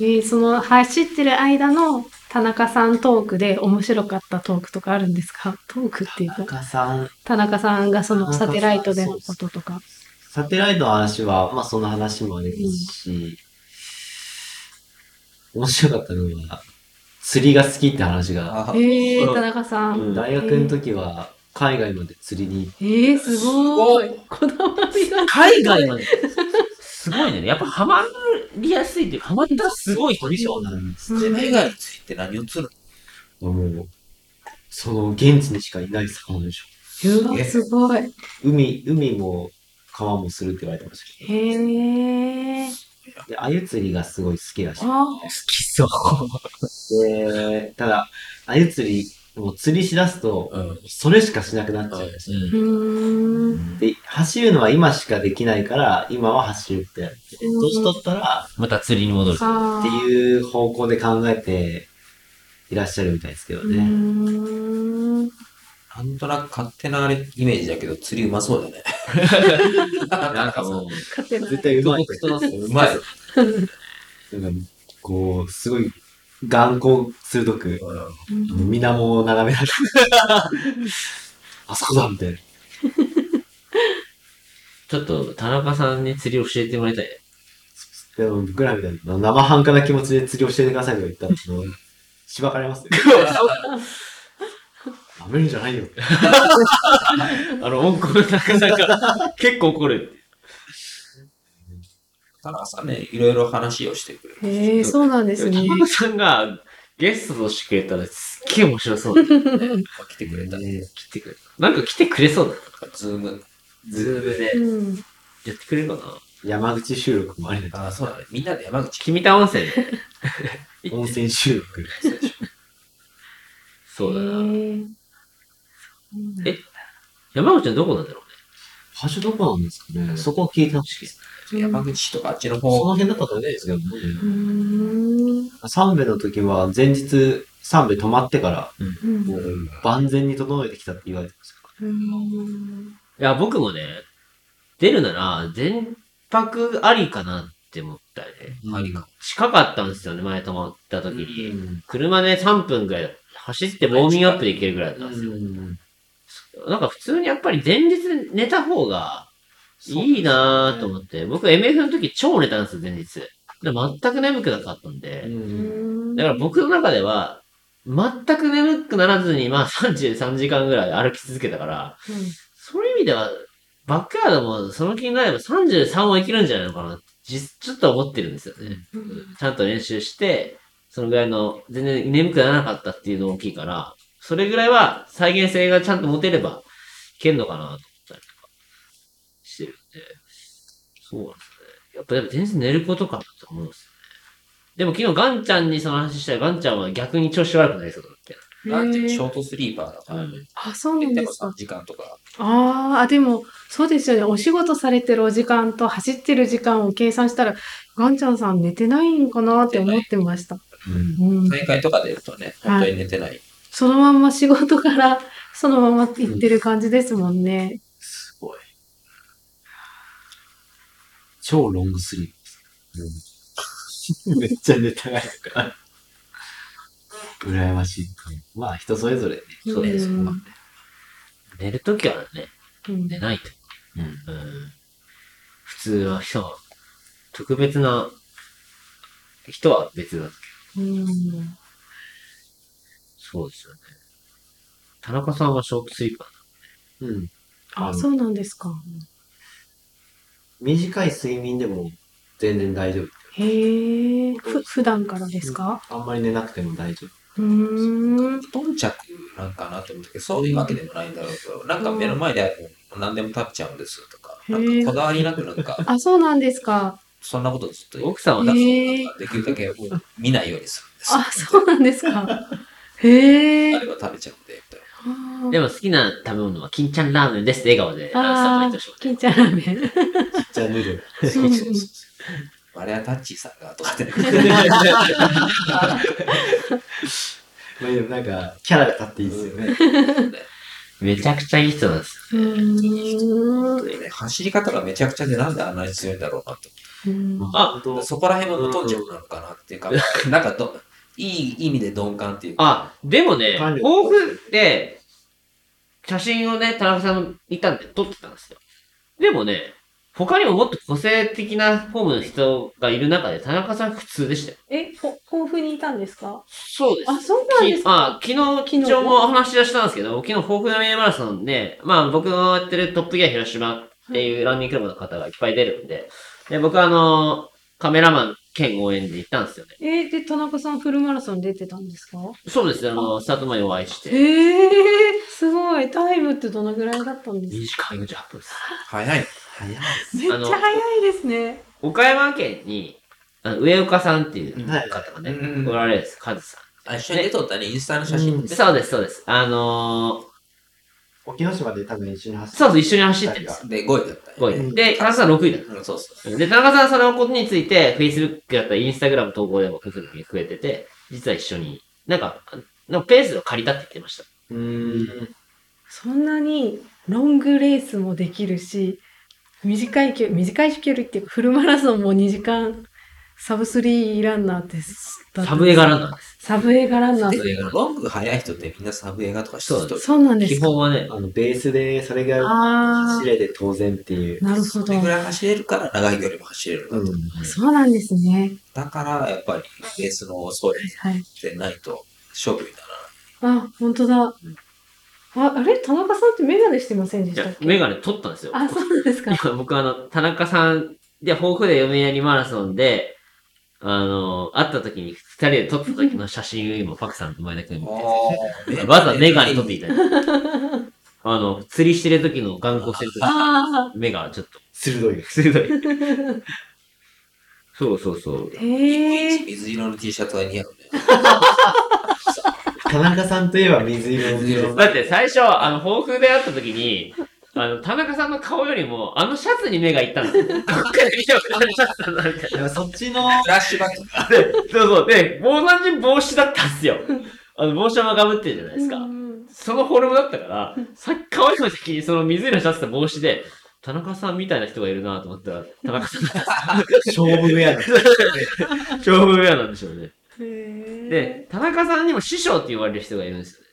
Speaker 3: えーその走ってる間の田中さんトークで面白かったトークとかあるんですかトークっていう
Speaker 4: 田
Speaker 3: か、
Speaker 4: 中さん、
Speaker 3: 田中さんがその
Speaker 4: 田中さ
Speaker 3: サ
Speaker 4: ん
Speaker 3: テライトでのこととか。
Speaker 4: サテライトの話は、まあその話もありますし、面白かったのは、釣りが好きって話が、
Speaker 5: あ
Speaker 3: え
Speaker 2: う
Speaker 3: ー、
Speaker 2: ん
Speaker 3: 田中さん。
Speaker 2: うん
Speaker 4: 大学の時は海外まで釣りに行って、
Speaker 3: えー、すごい。こだわり が。
Speaker 2: 海外まで。すごいね。やっぱハマりやすいっていうか、ハマったらすごい人でしょ。
Speaker 4: なんです
Speaker 5: ー、海外について何を釣る
Speaker 4: もう、その現地にしかいない魚でしょ。
Speaker 3: うわすごい。
Speaker 4: 海、海も川もするって言われてましたけ
Speaker 3: へえ。
Speaker 4: ど。で、鮎釣りがすごい好きだし。
Speaker 3: あ
Speaker 4: 好きそう。で、ただ、鮎釣り、もう釣りしだすと、
Speaker 5: の、うん、
Speaker 4: それしかしなくなっちゃう。
Speaker 5: う
Speaker 3: うーん。
Speaker 4: で、走るのは今しかできないから、今は走るってやって、
Speaker 3: うん
Speaker 4: 年取ったら、
Speaker 2: また釣りに戻る。
Speaker 3: あ
Speaker 4: っ
Speaker 3: あ。
Speaker 4: ていう方向で考えていらっしゃるみたいですけど
Speaker 3: うー
Speaker 4: ね。
Speaker 3: ん。
Speaker 5: ん、なんとなく勝手なあれイメージだけど、釣りうまそうだね。
Speaker 2: なんかもう、
Speaker 3: 勝手な。
Speaker 4: 絶対うまいと思う。
Speaker 5: うまい。
Speaker 4: なんか、こう、すごい、眼光鋭く、
Speaker 3: うん
Speaker 4: 水面を眺められる。 あそこだみたいな。
Speaker 2: ちょっと田中さんに釣り教えてもらいたいね。
Speaker 4: でも僕らみたいな生半可な気持ちで釣り教えてくださいとか言ったら、もう、しばかれますよ。なめるんじゃないよ。
Speaker 2: あの、温厚な田中さん が結構怒る。
Speaker 5: 田中さんね、いろいろ話をしてくれる。
Speaker 3: へえ、そうなんです
Speaker 2: 田
Speaker 3: ね。
Speaker 2: 中さんがゲストとしてくれたらすっげえ面白そうだ。
Speaker 5: 来てくれた。
Speaker 2: 来てくれなんか来てくれそうだ。
Speaker 5: ズーム。
Speaker 2: ズームで
Speaker 3: うん。
Speaker 2: やってくれるかな
Speaker 4: 山口収録もありだと。
Speaker 5: ああ、そうだね。みんなで山口。
Speaker 2: 君田温泉で。
Speaker 4: 温泉収録。
Speaker 2: そうだな。
Speaker 3: へえそうなんだ
Speaker 2: え山口はどこなんだろ
Speaker 4: 場所どこなんですかねそこを聞いてほしいです。
Speaker 5: 山口市とかあっちの
Speaker 4: その
Speaker 5: 方。
Speaker 4: 辺だったと思うんですけどね。
Speaker 3: うーん。
Speaker 4: 三部の時は前日、三部泊まってから、
Speaker 3: うん
Speaker 4: もう万全に整えてきたって言われてました。
Speaker 3: うん
Speaker 2: うね。いや、僕もね、出るなら全泊ありかなって思ったよね。
Speaker 5: ありかも。
Speaker 2: 近かったんですよね、前泊まった時に。
Speaker 4: ん。
Speaker 2: 車で3分ぐらい走ってウォーミングアップで行けるぐらいだったんですよ。なんか普通にやっぱり前日寝た方がいいなぁと思って、僕 MF の時超寝たんですよ、前日。で全く眠くなかったん
Speaker 4: う
Speaker 2: で。
Speaker 4: ん。
Speaker 2: だから僕の中では、全く眠くならずに、まあ33時間ぐらい歩き続けたから、そういう意味では、バックヤードもその気になれば33はいけるんじゃないのかなって、じちょっと思ってるんですよね。
Speaker 3: うん
Speaker 2: ちゃんと練習して、そのぐらいの、全然眠くならなかったっていうの大きいから、それぐらいは再現性がちゃんと持てればいけんのかなと思ったりとかしてるんで、そうなんですね。やっぱでも全然寝ることかなと思うんですよね。でも昨日ガンちゃんにその話したらガンちゃんは逆に調子悪くなりそうだって。
Speaker 5: ランチ
Speaker 3: へ
Speaker 5: シ
Speaker 3: え
Speaker 5: ョートスリーパーだからね。
Speaker 3: あ、そうなん
Speaker 5: で
Speaker 3: で
Speaker 5: も
Speaker 3: すか
Speaker 5: 3。時間とか。
Speaker 3: あーあ、でも、そうですよね。お仕事されてるお時間と走ってる時間を計算したら、ガンちゃんさん寝てないんかなって思ってました。うん。
Speaker 5: 大会とか出るとね、本当に寝てない。
Speaker 3: そのまんま仕事から、そのまま行ってる感じですもんね。
Speaker 4: すごい。超ロングスリーブ。めっちゃネタがあるから。羨ましい。まあ人それぞれね。
Speaker 2: そうね
Speaker 3: ん
Speaker 2: そう寝るときはね、
Speaker 3: うん
Speaker 2: 寝ないと。
Speaker 4: うん
Speaker 2: うん普通は人は、特別な、人は別だ
Speaker 3: うん
Speaker 2: そうですよね。田中さんはショートスリーパー
Speaker 4: うん。
Speaker 3: あ、
Speaker 4: あ
Speaker 3: そうなんですか。
Speaker 4: 短い睡眠でも全然大丈夫。
Speaker 3: へえ、ふ、普段からですか
Speaker 4: あんまり寝なくても大丈夫。
Speaker 3: うーん。
Speaker 5: 頓着なんかなと思ったけど、そういうわけでもないんだろうけど、なんか目の前で何でも食べちゃうんですとか、
Speaker 3: へ
Speaker 5: な
Speaker 3: ー
Speaker 5: んかこだわりなくなんか、
Speaker 3: あ、そうなんですか。
Speaker 5: そんなことずっと言って
Speaker 2: 奥さんは
Speaker 5: な
Speaker 2: だ
Speaker 5: ん
Speaker 3: へ
Speaker 5: か
Speaker 3: ー
Speaker 5: できるだけ見ないようにするんです。
Speaker 3: あ、そうなんですか。へ
Speaker 5: あ
Speaker 3: え。
Speaker 5: れば食べちゃうんで、みたいな。
Speaker 2: でも好きな食べ物は、金ちゃんラーメンですって笑顔で、
Speaker 3: ああ
Speaker 2: スタートいたし
Speaker 3: ー、金ちゃんラーメン。
Speaker 4: じゃあ、ヌル。
Speaker 3: うんうん
Speaker 5: あれはタッチーさんがとかって、
Speaker 4: まあでもなんか、キャラが立っていいですよね。
Speaker 2: めちゃくちゃいい人なんです
Speaker 3: うーんう
Speaker 5: 走り方がめちゃくちゃでなんであんなに強いんだろうなと。
Speaker 3: ーん。
Speaker 2: あ
Speaker 4: 本
Speaker 5: そこら辺は頓着なのかなっていうか、なんかど、いい意味で鈍感っていう
Speaker 2: よ。
Speaker 5: か、
Speaker 2: あ、でもね、
Speaker 4: 管
Speaker 2: 甲
Speaker 4: 理
Speaker 2: 府で、写真をね、田中さんいたんで撮ってたんですよ。でもね、他にももっと個性的なフォームの人がいる中で、田中さん普通でしたよ。
Speaker 3: え、こ、甲府にいたんですか
Speaker 2: そうで
Speaker 3: あ、そうなんですか。
Speaker 2: あ昨日、一応も話し出したんですけど、昨日、豊富なミニマラソンで、まあ、僕のやってるトップギア広島っていうランニングクラブの方がいっぱい出るんで、で、僕はあの、カメラマン兼応援で行ったんですよね。
Speaker 3: えーで、田中さんフルマラソン出てたんですか
Speaker 2: そうですね、あの、スタート前にお会いして。
Speaker 3: ええすごい。タイムってどのぐらいだったんです
Speaker 2: 2
Speaker 3: か
Speaker 2: 時間48分です。
Speaker 5: 早い。
Speaker 4: 早いで
Speaker 3: めっちゃ早いですね。
Speaker 2: 岡山県に、あの上岡さんっていう方がね、
Speaker 5: うん
Speaker 2: おられるんです、カズさ
Speaker 5: あ一緒に出とったね、インスタの写真
Speaker 2: ん。そうです、そうです。あの
Speaker 4: す。沖ノ島で多分一緒に走
Speaker 2: ー、
Speaker 4: って
Speaker 2: そうそう、一緒に走ってるんですよ。
Speaker 5: で5位だったね。
Speaker 2: 5位で。で、田中さん6位だった。
Speaker 5: うん、そうそう。
Speaker 2: で、田中さんはそのことについて、Facebook だったり、Instagram 投稿でも工夫に増えてて、実は一緒に、なんか、なんかペースを借りたって言ってました。
Speaker 4: うーん。
Speaker 3: そんなにロングレースもできるし、短い距離、短い距離っていうか、フルマラソンも2時間、サブスリーランナーです。
Speaker 2: サブ映画ラン
Speaker 3: ー。
Speaker 2: ナーです。
Speaker 3: サブ映画ランナー。
Speaker 5: でロング早い人ってみんなサブ映画とかしてる人
Speaker 3: そうなんで
Speaker 2: 基
Speaker 3: すか。
Speaker 2: 本はね、
Speaker 4: あの、ベースで、それが
Speaker 3: あ
Speaker 4: 走れで当然っていう
Speaker 3: あ、。なるほ
Speaker 5: そ
Speaker 3: ど
Speaker 5: れ。ぐらい走れるから長い距離も走れるんだと、
Speaker 4: うん。
Speaker 3: そうなんですね。
Speaker 5: だからやっぱりベースのそうや
Speaker 3: はい。
Speaker 5: ってないと勝負にな
Speaker 3: あ、本当だ。あ、あれ田中さんってメガネしてませんで
Speaker 2: い
Speaker 3: した
Speaker 2: や
Speaker 3: っ、け
Speaker 2: メガネ取ったんですよ。
Speaker 3: あ、そうなんですか。
Speaker 2: 今僕あの、田中さんで、豊富で嫁やりマラソンで、あの、会った時に、二人で撮った時の写真を今、パクさんと前田君に見て
Speaker 5: らない。
Speaker 2: わざわざメガネ取っていただいて あの、釣りしてる時の眼光してる時
Speaker 3: ああ。
Speaker 2: 目がちょっと、
Speaker 4: 鋭い。
Speaker 2: 鋭い。そうそうそう。
Speaker 3: へえ。
Speaker 5: 水色の T シャツが似合うね。
Speaker 4: 田中さんといえば水色の
Speaker 5: 水色
Speaker 2: だって最初、あの、抱負で会った時に、あの、田中さんの顔よりも、あのシャツに目がいったの。こっから見てもあのシャツだな、みたい
Speaker 4: でもそっちの、
Speaker 5: フラッシュバックが。
Speaker 2: な。で、そうそう。で、もう同じ帽子だったんですよ。あの、帽子は被ってるじゃないですか。
Speaker 3: うん
Speaker 2: そのフォルムだったから、さっき可愛いの時に、その水色のシャツと帽子で、田中さんみたいな人がいるなと思ったら、田中さんだっ
Speaker 4: 勝負ウェアの。
Speaker 2: た。勝負ウェアなんでしょうね。
Speaker 3: で、
Speaker 2: で、田中さんにも師匠って言われる人がいるんですよ。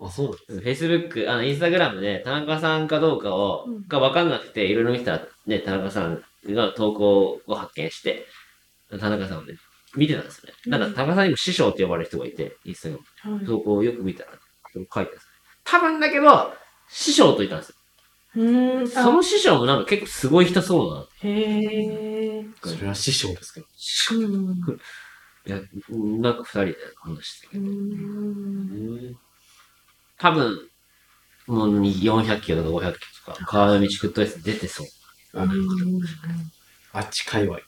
Speaker 4: あ、そうなん
Speaker 2: フェイスブック、あの、インスタグラムで、田中さんかどうかを、
Speaker 3: うん
Speaker 2: が分かんなくて、いろいろ見てたら、ね、田中さんが投稿を発見して、田中さんをね、見てたんですよ
Speaker 3: うん
Speaker 2: ね。なんか、田中さんにも師匠って呼ばれる人がいて、インスタグラム
Speaker 3: はい
Speaker 2: で投稿をよく見たら、それ書いてあるんです多分だけど、師匠と言ったんですよ。
Speaker 3: うーん、
Speaker 2: そ
Speaker 3: あ
Speaker 2: の師匠もなんか結構すごい人そうな。
Speaker 3: へえ。
Speaker 4: それは師匠ですか
Speaker 3: うんう
Speaker 2: いや、なんか二人で話してたけ
Speaker 3: ー
Speaker 2: ど、
Speaker 3: ん
Speaker 4: うん。
Speaker 2: 多分、もう400キロとか500キロとか、川上チクッとレース出てそう。
Speaker 4: あっち界隈。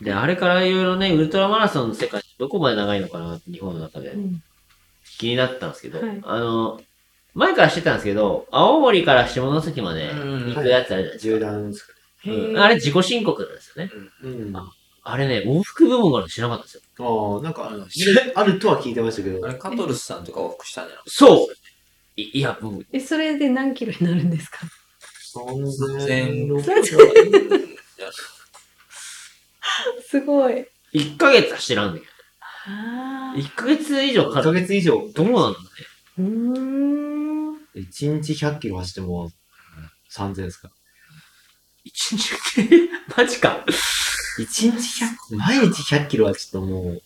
Speaker 2: で、あれからいろいろね、ウルトラマラソンの世界、どこまで長いのかなって日本の中で
Speaker 3: うん
Speaker 2: 気になったんですけど、
Speaker 3: はい
Speaker 2: あの、前からしてたんですけど、青森から下関まで行くやつあるじゃ
Speaker 4: 縦
Speaker 2: ない
Speaker 4: 断ですか
Speaker 3: へ
Speaker 2: です
Speaker 3: ー
Speaker 2: か。あれ自己申告なんですよね。
Speaker 4: うん。あ
Speaker 2: ああれね、往復部門があるの知らなかったんですよ。
Speaker 4: あ、なんか
Speaker 5: あの、
Speaker 4: あるとは聞いてましたけど
Speaker 5: あ。れ、カトルスさんとか往復した んじゃな
Speaker 2: そういいや、もう、
Speaker 3: え、それで何キロになるんですか
Speaker 5: い
Speaker 3: すごい。
Speaker 2: 1ヶ月はしてらんねんけ
Speaker 3: あ
Speaker 2: ど。1ヶ月以上か
Speaker 4: 1ヶ
Speaker 2: ら、
Speaker 4: 月以上、
Speaker 2: どうなんだろうね。
Speaker 3: ーうーん。
Speaker 4: 1日100キロ走っても3000ですか
Speaker 2: 1日 マジか。
Speaker 4: ?1 日100、毎日100キロはちょっとも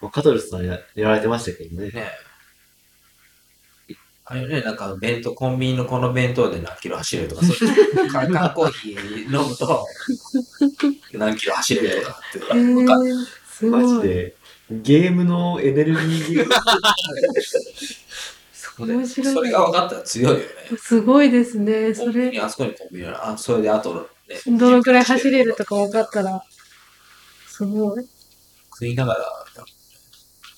Speaker 4: う、カトルスさんややられてましたけどね。
Speaker 5: ねあれね、なんか弁当、コンビニのこの弁当で何キロ走るとか、そういう 缶缶コーヒー飲むと、何キロ走れるとかって
Speaker 3: へ
Speaker 5: なんか、
Speaker 3: ーす
Speaker 4: マジ
Speaker 3: ごい。
Speaker 4: で、ゲームのエネルギー
Speaker 5: そこで
Speaker 3: 面白い
Speaker 5: それが分かったら強いよね。
Speaker 3: すごいですね。
Speaker 5: コ
Speaker 3: そ
Speaker 5: ンビニ
Speaker 3: れ、
Speaker 5: あそこにコンビニあるあ、それであと、ね、
Speaker 3: どのくらい走れるとか分かったら、すごい。
Speaker 5: 食いながら、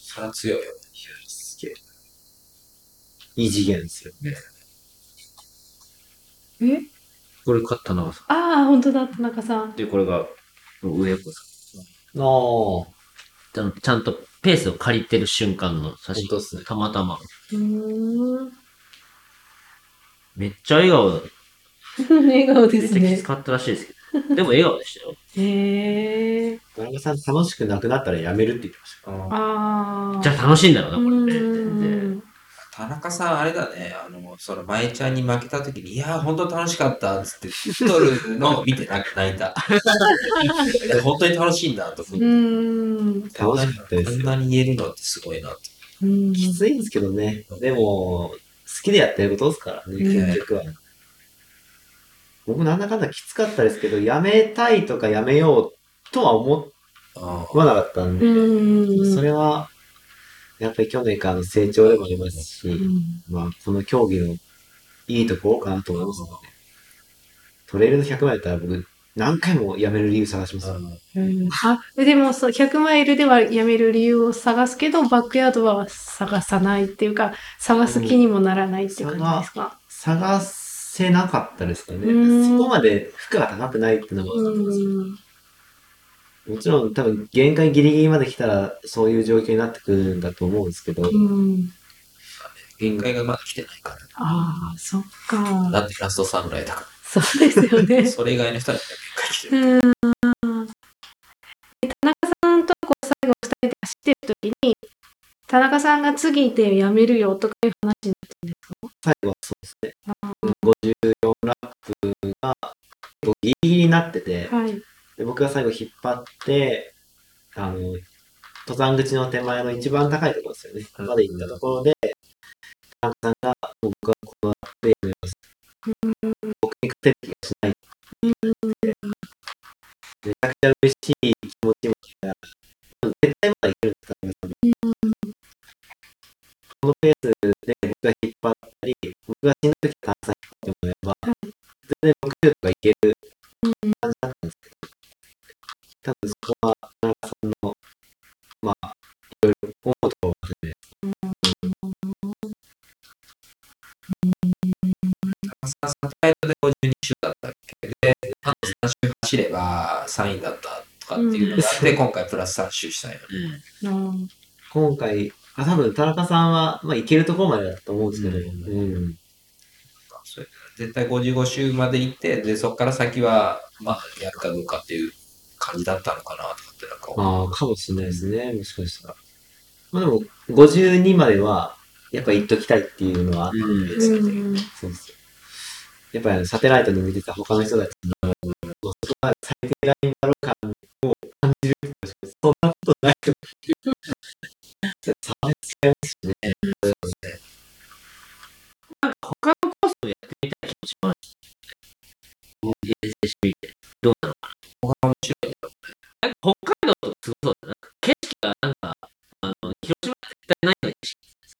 Speaker 5: それは強いよね。
Speaker 4: すげえ。異次元ですよ。
Speaker 3: え
Speaker 2: これ買ったな、さ
Speaker 3: ああ、本当だ、田中さん。
Speaker 2: で、これが、上子さん
Speaker 4: ああ。
Speaker 2: ちゃん。ちゃんとペースを借りてる瞬間の写真
Speaker 4: 本当っすね
Speaker 2: たまたま。
Speaker 3: うーん。
Speaker 2: めっちゃ笑顔だった。
Speaker 3: 笑顔で
Speaker 2: めっ
Speaker 3: す
Speaker 2: ちゃき
Speaker 3: ね
Speaker 2: つ。かったらしいですけど。でも笑顔でしたよ。
Speaker 3: へえ。
Speaker 4: 田中さん楽しくなくなったらやめるって言ってました。
Speaker 5: うん
Speaker 3: ああ。
Speaker 2: じゃあ楽しいんだろうな、
Speaker 3: う
Speaker 2: これね。
Speaker 3: ー
Speaker 2: 全
Speaker 3: ん。
Speaker 5: 田中さん、あれだね、あの、その、舞ちゃんに負けた時に、いやー、本当楽しかったっつって、撮るのを見て泣泣いた。 いや本当に楽しいんだと思
Speaker 3: う
Speaker 5: っ
Speaker 3: ー
Speaker 5: て。
Speaker 3: ん。う
Speaker 4: 楽しかったで
Speaker 5: こ
Speaker 4: す
Speaker 5: ん
Speaker 4: よ。
Speaker 5: なに言えるのってすごいなって。
Speaker 3: ーん。
Speaker 4: きついんですけどね。でも、好きでやってることですからね、
Speaker 3: うん
Speaker 4: 結局は。僕なんだかんだきつかったですけど、やめたいとかやめようとは思
Speaker 5: あ
Speaker 4: わなかったん
Speaker 3: う
Speaker 4: で、
Speaker 3: ーん。
Speaker 4: それは、やっぱり去年からの成長でもありますし、
Speaker 3: うん
Speaker 4: まあ、この競技のいいところかなと思いますので、トレイルの100枚だったら僕、何回もやめる理由探しますよ。
Speaker 3: うんあ、でもそう、100マイルではやめる理由を探すけど、バックヤードは探さないっていうか、探す気にもならないっていう感じですか。
Speaker 4: 探せなかったですかね。
Speaker 3: うん
Speaker 4: そこまで負荷が高くないっていうのもあ
Speaker 3: う
Speaker 4: るんですよ
Speaker 3: ーん。
Speaker 4: もちろん多分限界ギリギリまで来たらそういう状況になってくるんだと思うんですけど、
Speaker 3: うん。
Speaker 5: 限界がまだ来てないか
Speaker 3: ああ、そっ
Speaker 5: ら。
Speaker 3: か。
Speaker 5: だってラストサムライだか
Speaker 3: そうですよね
Speaker 5: ら。。それ以外の人は限界来てる。
Speaker 3: 田中さんとこう最後2人で走ってる時に田中さんが次でやめるよとかいう話に
Speaker 4: 最後はそうですね。54ラップが結構ギリギリになってて、
Speaker 3: なはい
Speaker 4: で僕が最後引っ張って、あの、登山口の手前の一番高いところですよね。まで行ったところで、田中さんが僕はこのラップでやめます。僕に勝てる気がしないって言って。めちゃくちゃ嬉しい気持ちもありながら、絶対まだいけるんだったんですよこのペースで僕が引っ張ったり、僕が死ぬときは炭酸引っ張ってもらえば、全然60とかいける感じだったんですけど、多分そこは田中さんの、まあ、いろいろ思うところで、
Speaker 5: サタイトで52周だったっけで、あと3周走れば3位だったとかっていうのがあって、今回プラス3周したいよね。
Speaker 3: うん
Speaker 4: 今回、あ多分田中さんは、まあ、いけるところまでだったと思うんですけど、
Speaker 5: う
Speaker 4: うん
Speaker 5: それ絶対55周まで行って、で、そこから先は、まあ、やるかどうかっていう感じだったのかなとかって、なんか思う、
Speaker 4: ああ、かもしれないですね、もしかしたら。まあでも、52までは、やっぱ行っときたいっていうのはあったんで、
Speaker 3: うん
Speaker 4: そうそう。やっぱりサテライトで見てた他の人たちの、そこが最低ラインだろうかを感じる人しかそんなことないと思う。差別違いますしね。
Speaker 2: 他のコースをやってみたい気もします。平成してみて。どうなのかな。他面白いんだろうね。なんか北海道とかすごそうだな。景色がなんか、あの、広島は絶対ないのに、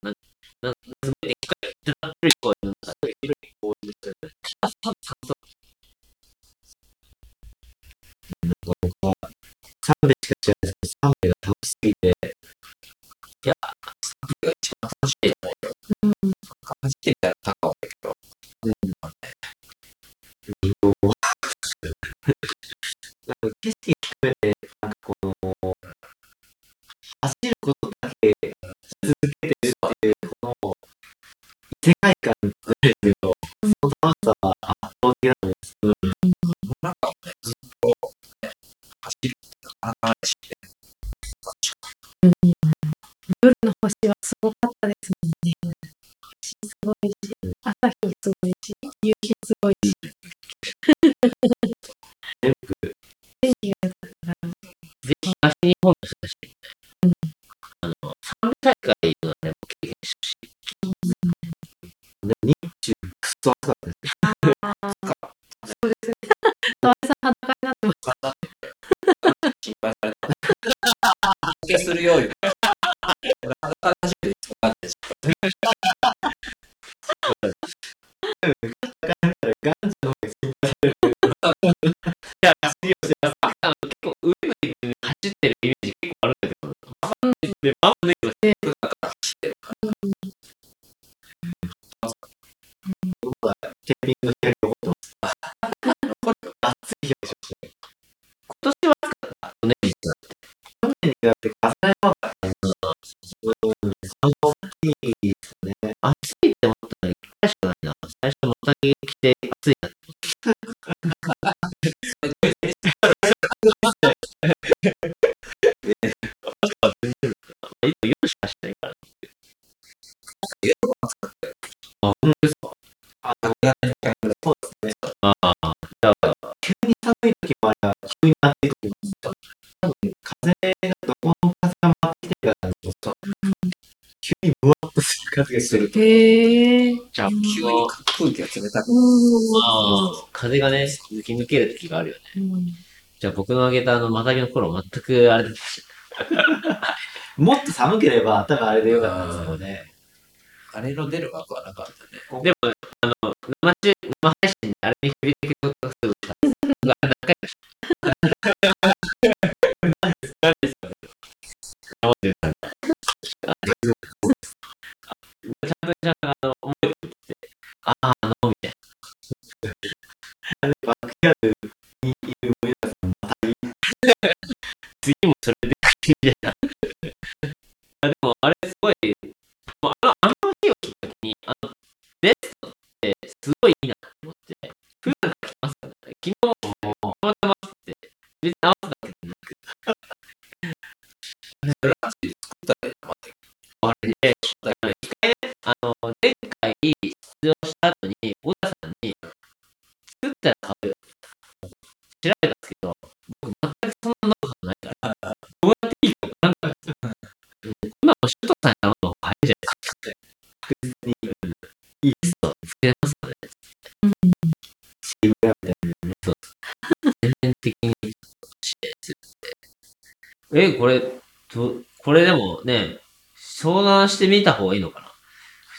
Speaker 2: なんか、なんかすごいでっかい、ずらっとりこういうのが、すごい広い公園ですよね。あ、そうそう
Speaker 4: サンベしか知らないですけど、サンベが楽しすぎて、
Speaker 5: が一番楽しいと思うよ。感じてみたら高尾だけど、
Speaker 4: なんか景色含めて、なんかこの、走ることだけし続けてるっていう、この、異世界観なんですけど、その楽しさは圧倒的なのです。
Speaker 5: なんかね、ずっと、ね走るってなかなかないし、ね、
Speaker 3: 夜の星はすごかったですもんね星すごいし朝日すごいし夕日すごいし
Speaker 4: 全
Speaker 3: 部 天気が良かったから
Speaker 2: 全然東日本の人たちみたいな。あの、三大会のね、もう経験したし、
Speaker 4: クソ暑かったです。
Speaker 5: 心配された。 けするよ、言うて。俺裸らしいで使ってし
Speaker 2: 走ってるイメージ結構あるんだけど、
Speaker 4: テーピングの日焼け残ってます。残るよ暑い日焼けしましたね。今年は暑かったね、去年に比べて風が弱かったね。うん、その大きいですね。
Speaker 6: 暑いって思ったのに、一回しかないな。最初、もたげ着て暑いな。今夜しかしてないから。
Speaker 4: 寒い時もあれば、急に暑い時もあった。多分、風がどこの風が回ってきてるからなんですけど、急にムワッとする風がする。
Speaker 3: へえ。
Speaker 2: じゃあ、
Speaker 3: うん
Speaker 5: 急に空気が冷たく
Speaker 2: あー風がね、抜き抜ける時があるよね。
Speaker 3: うん
Speaker 2: じゃあ僕のあげたあの、またぎの頃、全くあれだったし
Speaker 4: もっと寒ければ、多分あれでよかったんですけどね。
Speaker 5: あれの出る枠はなかったね。
Speaker 2: 生中、生配信であれに振り抜けことがすごかった。が何回かした。何ですか何ですかね。ちゃんとちゃんとあの、覚えてるって言って、ああ、あの、みたいな。
Speaker 4: バックヤードにいる森田さん、またいい
Speaker 2: 次もそれで来るみたいな。あでも、あれすごい、もうあの、あの日を聞くときに、あの、ベストってすごいいいなと思って、普段から来ますからね。昨日も、たまたまって、別に合わせたわけじゃなくて、
Speaker 5: それは作ったらいいな
Speaker 2: あ
Speaker 5: また
Speaker 2: れで、だから一回ね、あの、前回出場した後に、小田さんに、作ったら買うよ。調べたんですけど、僕全くそんなノウハウないから、どうやっていいか分かんないんですよ。今も首都さんやるのが早いじゃないですか。いいっすよ。作れますよね。
Speaker 4: チームやみたい
Speaker 2: 全面的に支援するって。え、これ、どこれでもね、相談してみた方がいいのかな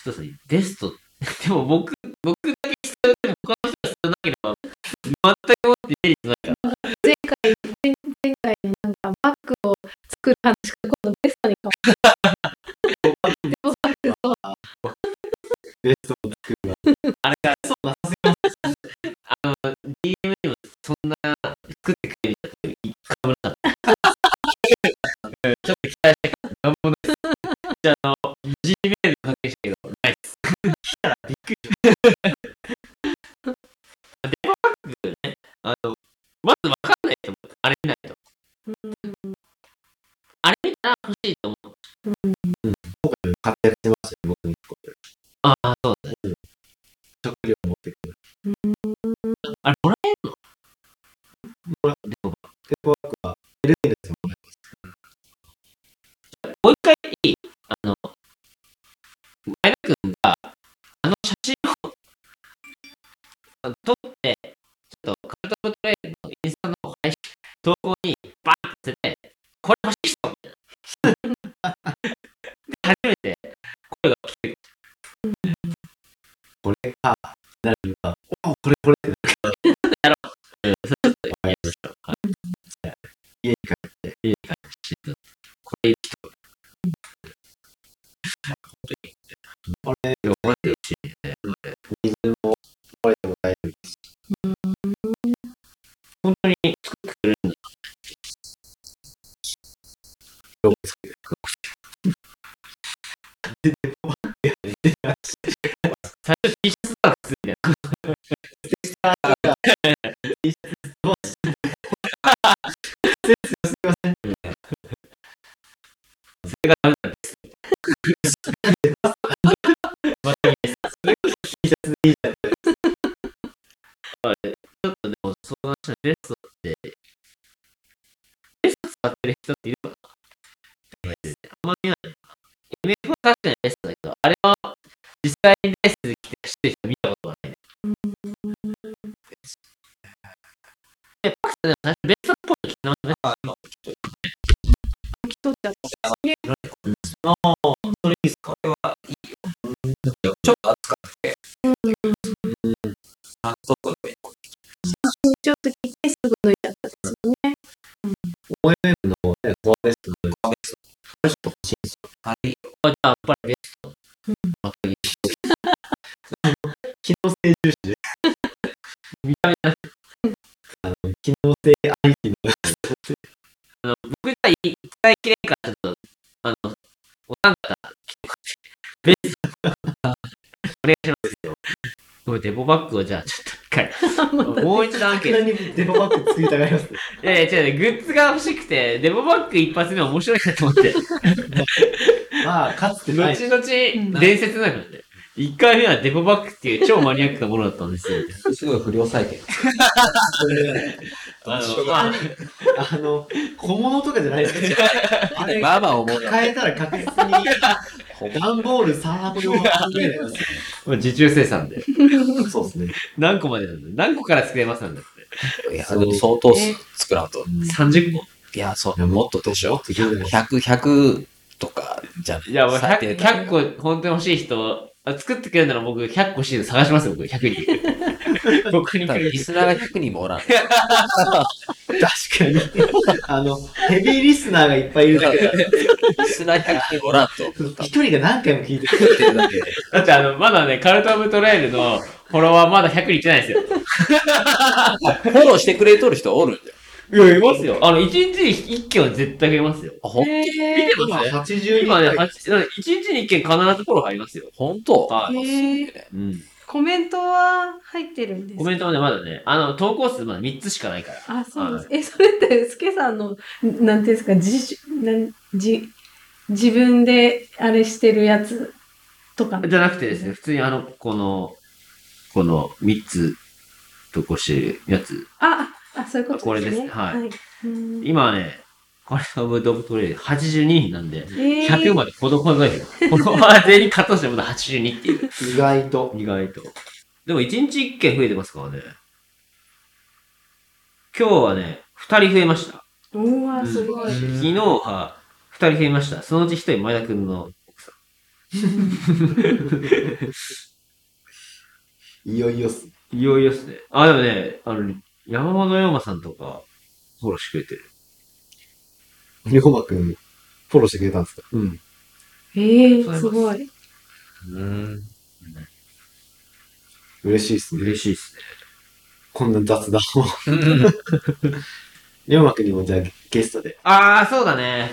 Speaker 2: 一つに、ベスト、 でも僕、僕だけ必要で、他の人が必要なければ、 全くもってメリットないから。
Speaker 3: 前回、前前回のなんかバッグを作る話が今度ベストに変わった。でもバッグそう
Speaker 4: なベストを作るわ。
Speaker 2: あれが、そう、忘れます。あの、DM にもそんな、作ってくれる人って一回もなかった。ちょっと期待したけど、なんもないです。じゃあ、あの、G メールで発見したけど、ないです。
Speaker 4: びっくり
Speaker 2: あの、まず分かんないと思う。あれ見ないと。あれ見たら欲しいと思う。
Speaker 4: 活躍してましたよ、僕に。
Speaker 2: ああ、そうだね。
Speaker 4: 食料持ってくる。
Speaker 2: あれもらえる
Speaker 4: テープワークは LA ですもんね。
Speaker 2: もう一回いいあの、前田君が、あの写真をあの撮って、ちょっとカルトトレイルのインスタの配信、投稿にバーンって捨てて、これ欲しい人みたいな。で、初めて声が聞ける。
Speaker 4: これか、なるか、おこれこれってなる
Speaker 2: うんそれちょっとやりましょう。はい
Speaker 4: 家に帰って
Speaker 2: いい感じ。これいい人
Speaker 6: 覚えてるし、
Speaker 4: 水も壊れても大丈夫です。
Speaker 2: 本当に作ってくれるんだ。
Speaker 4: どうですか
Speaker 2: 最初 T シャツだったんですよね。それがダメなんです。また見せたそれが T シャツでいいじゃないですか。ちょっとでも、その話のベストって、ベスト使ってる人っているかなあんま見ないな。MF は確かにベストだけど、あれは実際にレースで来て走ってる人見たことがないね。で、パクさんでも最初ベストっぽいの着てますね。
Speaker 3: 巻き取っちゃった。
Speaker 5: ちょっと暑かったけ
Speaker 3: うん。
Speaker 5: ど、あそうそう
Speaker 3: ちょっと切ってすぐ脱いだったんですよね。
Speaker 4: OMM のねコアベストの
Speaker 5: あれ
Speaker 2: あじゃあ、やっぱりベス
Speaker 4: 機能性重視で
Speaker 2: ト、見た目だけ
Speaker 4: あの機能性ありきの
Speaker 2: ど、僕じゃ一回きれいから、ちょっと、あの、お三方、ベスト。お願いしますよ。これデボバッグをじゃあ、ちょっと一回。もう一度アンケート。
Speaker 4: 何にデババッグ作りたがります
Speaker 2: いやいや違うね、グッズが欲しくて、デボバッグ一発目面白いなと思って、
Speaker 4: まあかつ てない
Speaker 2: 後々伝説になるからね。1回目はデボバッグっていう超マニアックなものだったんですよ。
Speaker 5: すごい不良債権。
Speaker 2: あ
Speaker 5: しょ
Speaker 2: の、
Speaker 5: うが
Speaker 2: まあ、
Speaker 4: あの小物とかじゃないです かあれ
Speaker 5: まあまあ思うよ。
Speaker 4: 変えたら確実に段ボール3箱用ぐらいだよ
Speaker 2: もう受注生産で。
Speaker 4: そうですね
Speaker 2: 何個までなんだ何個から作れますなんだって。
Speaker 5: いや、でも相当作らんと。
Speaker 2: 30個
Speaker 5: いや、そう、もっとでしょ。
Speaker 4: いやでも
Speaker 5: ?100、100とかじゃない
Speaker 2: いや、もう 100,
Speaker 5: 最低だね
Speaker 2: 100個本当に欲しい人、あ作ってくれるなら僕100個シール探しますよ、僕100人。 僕にく
Speaker 5: 多分
Speaker 2: れ
Speaker 5: リスナーが100人もおらん。
Speaker 4: 確かに あのヘビーリスナーがいっぱいいるだけだ
Speaker 5: リスナー100人おらんと。
Speaker 4: 一人が何回も聞いてくれ
Speaker 5: っていうだけで
Speaker 2: だってあの、まだね、カルト・オブ・トレイルのフォロワーまだ100人いってないんですよ。
Speaker 5: フォローしてくれとる人おるんだよ。
Speaker 2: いや、いますよ。あの、一日に一件は絶対増えますよ。
Speaker 5: あほん
Speaker 3: へ
Speaker 4: る今80人
Speaker 2: 今ね、
Speaker 4: ぐらい
Speaker 2: 八なんか一日に一件必ずフォロー入りますよ。
Speaker 5: ほんと
Speaker 2: は
Speaker 3: ー
Speaker 2: い。
Speaker 3: へー
Speaker 2: うん。
Speaker 3: コメントは入ってるんです
Speaker 2: コメントはね、まだね、あの、投稿数まだ3つしかないから。
Speaker 3: あ、そうなんです。え、それって、スケさんの、なんていうんですか、自主、なん、じ、自分であれしてるやつとか。
Speaker 2: じゃなくてですね、普通にあの、この、この3つ投稿してるやつ。
Speaker 3: あ、あ、そういうことです
Speaker 2: こ
Speaker 3: ね。
Speaker 2: れですはい
Speaker 3: い。うん
Speaker 2: 今はね、これのブドブトレイル82人なんで、
Speaker 3: えー
Speaker 2: 100までほどほどいよ。フォロワー全員カットしてもまだ82っていう。
Speaker 4: 意外と
Speaker 2: 意外と。でも1日1件増えてますからね。今日はね、2人増えました。
Speaker 3: うわ、すごい。
Speaker 2: 昨日は2人増えました。そのうち1人前田君の
Speaker 4: いよいよっす
Speaker 2: いよいよっすね。あ、でもね、あの、山本龍馬さんとか、フォローしてくれてる。
Speaker 4: 龍馬くんフォローしてくれたんですか
Speaker 2: うん。
Speaker 3: ええー、すごい。
Speaker 5: うん。
Speaker 4: 嬉しいっすね
Speaker 2: 嬉しいっすね。
Speaker 4: こんな雑談を龍馬くんにもじゃあゲストで
Speaker 2: あー、そうだね。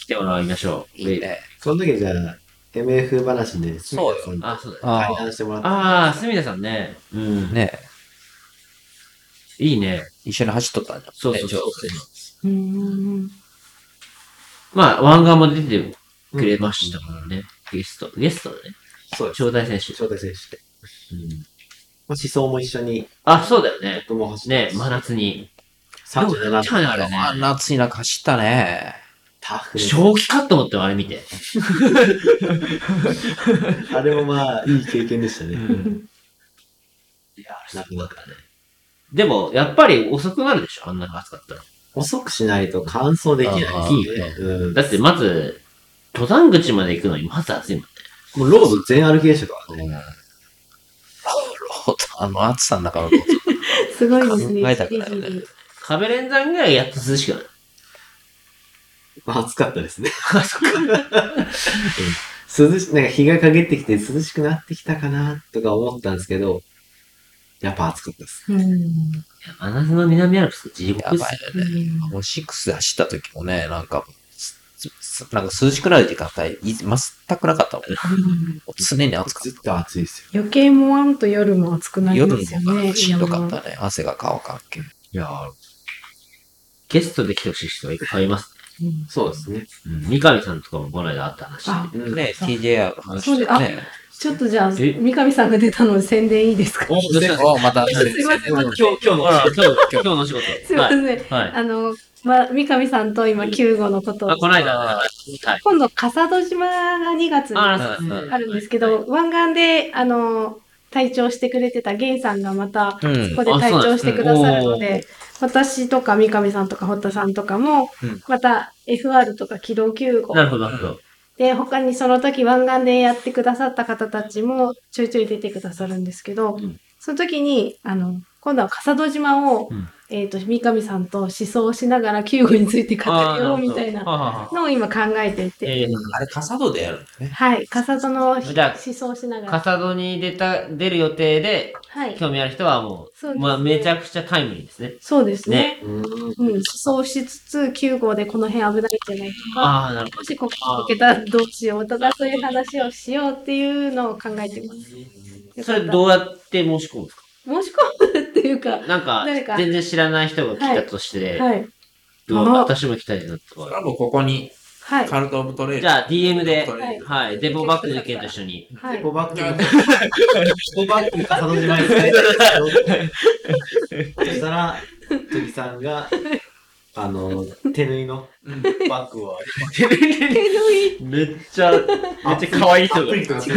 Speaker 2: 来てもらいましょう。
Speaker 5: いいね。
Speaker 4: その時じゃあ MF 話で清水さんと
Speaker 2: あ、そうだね。
Speaker 4: 対
Speaker 5: あ
Speaker 4: 談してもらって
Speaker 2: あー、すみださんね。うん。
Speaker 5: あ。ね
Speaker 2: いいね。
Speaker 5: 一緒に走っとったんじゃん。
Speaker 2: そうそうそう
Speaker 5: ね。
Speaker 3: うん。
Speaker 2: まあ、湾岸も出てくれましたからね。ゲスト。ゲストだね。
Speaker 4: そうです。
Speaker 2: 招待選手。
Speaker 4: 招待選手で。
Speaker 2: うん
Speaker 4: まあ、思想も一緒に、
Speaker 2: あ、そうだよね。
Speaker 4: 僕も走って
Speaker 2: ね
Speaker 4: ま、す
Speaker 2: 真夏に。
Speaker 4: 37
Speaker 2: でもあれ
Speaker 5: あ
Speaker 2: ね。
Speaker 5: んな暑い中走ったね。
Speaker 4: タフね。
Speaker 2: 正気かと思ってあれ見て。
Speaker 4: あれもまあ、いい経験でした
Speaker 2: う
Speaker 4: ね。
Speaker 2: ん。いや、
Speaker 4: なかなかね。
Speaker 2: でも、やっぱり遅くなるでしょあんなに暑かったら。
Speaker 4: 遅くしないと乾燥できない
Speaker 5: あ
Speaker 2: ー
Speaker 4: ですね。うん。
Speaker 2: だって、まず、登山口まで行くのに、まず暑いもんね。
Speaker 4: もうロード全歩きでしたからね。
Speaker 5: うん。 あの暑さの中のロード
Speaker 3: すごいですね。
Speaker 5: 考えたくなるね
Speaker 3: ぜひぜひ
Speaker 2: 壁連山ぐらいやっと涼しくなる。
Speaker 4: まあ、暑かった ですね。うん涼し、なんか日が陰ってきて涼しくなってきたかなとか思ったんですけど、やっぱ暑かったです。
Speaker 3: うん。
Speaker 2: いや真夏の南アルプス、地
Speaker 5: や
Speaker 2: 獄
Speaker 5: ば
Speaker 2: っ
Speaker 5: い
Speaker 2: すよ。
Speaker 5: よね。もうシックスで走った時もね、なんか、すすなんか涼しくなる時間帯、い全くなかったもんね。
Speaker 3: うん
Speaker 5: 常に暑か
Speaker 4: ずっ
Speaker 5: っ
Speaker 4: と暑いですよ。
Speaker 3: 余計もわんと夜も暑くな
Speaker 5: た。
Speaker 3: り
Speaker 5: 夜
Speaker 3: ま
Speaker 5: も
Speaker 3: すよね。
Speaker 5: しんどかったね。汗が顔関係。
Speaker 2: いやーゲストで来てほしい人がいっぱいいます。
Speaker 3: うん
Speaker 4: そうですね。
Speaker 2: 三上さんとかもこの間会った話。
Speaker 3: あ、
Speaker 4: うん。
Speaker 5: ね、TJR の話とかね。
Speaker 3: ちょっとじゃあ、
Speaker 2: え
Speaker 3: 三上さんが出たので宣伝いいですか
Speaker 5: お、また。
Speaker 3: すいません
Speaker 5: 今
Speaker 2: 今日、今日の、今日の今日のお仕事。
Speaker 3: すいません。
Speaker 2: はい。はい。
Speaker 3: あの、まあ、三上さんと今、9号のことを
Speaker 2: あ、この間、はい。
Speaker 3: 今度、笠戸島が2月に
Speaker 2: あ
Speaker 3: あ
Speaker 2: ー、そうですね。
Speaker 3: るんですけど、湾岸で、あの、隊長してくれてた源さんがまた、
Speaker 5: う
Speaker 3: そ
Speaker 5: ん。
Speaker 3: こで隊長してくださるの
Speaker 2: あそうなん
Speaker 3: で、私とか三上さんとか堀田さんとかも
Speaker 5: うん、
Speaker 3: また FR とか機動9号
Speaker 2: なるほど、なるほど。
Speaker 3: で、他にその時湾岸でやってくださった方たちもちょいちょい出てくださるんですけど、
Speaker 2: うん
Speaker 3: その時に、あの、今度は笠戸島を、
Speaker 2: うん
Speaker 3: えっ、と、三上さんと思想しながら救護について語
Speaker 2: あー
Speaker 3: りようみたいな
Speaker 2: なるほど。
Speaker 3: のを今考えていて、
Speaker 2: えー
Speaker 5: あれ、笠戸でやるんだよね。
Speaker 3: はい、笠戸の思
Speaker 2: じゃあ
Speaker 3: 想しながら。
Speaker 2: 笠戸に出た、出る予定で、
Speaker 3: はい。
Speaker 2: 興味ある人はも
Speaker 3: そう
Speaker 2: う、
Speaker 3: ですね
Speaker 2: まあ、めちゃくちゃタイムリーですね。
Speaker 3: そうですね。
Speaker 4: う
Speaker 3: う
Speaker 4: ん
Speaker 3: ん、思想しつつ、救護でこの辺危ないんじゃないか。
Speaker 2: ああ、なるほ
Speaker 3: もしここに向けたらどうしようとか、そういう話をしようっていうのを考えてます。
Speaker 2: ど。それどうやって申し込むんですか
Speaker 3: 申し込むっていうか、
Speaker 2: なんか
Speaker 3: 誰、か
Speaker 2: 全然知らない人が来たとして、
Speaker 3: はい。
Speaker 2: うわ
Speaker 3: あ
Speaker 2: 私も来たいなと
Speaker 5: 多
Speaker 2: か。
Speaker 5: 分ここに、
Speaker 3: はい。
Speaker 5: カルト・オブ・トレイル。
Speaker 2: じゃあ、DM で
Speaker 5: は、い
Speaker 2: はい、デボバックの件と一緒に。
Speaker 3: は
Speaker 4: エ
Speaker 3: い
Speaker 4: コ。バッグの、エコバッグ笠戸島ですね。そしたら、トキさんが、あの、手縫いの
Speaker 5: うん
Speaker 4: バッグを、
Speaker 2: めっちゃ、めっちゃ可愛い人
Speaker 4: アプリとかする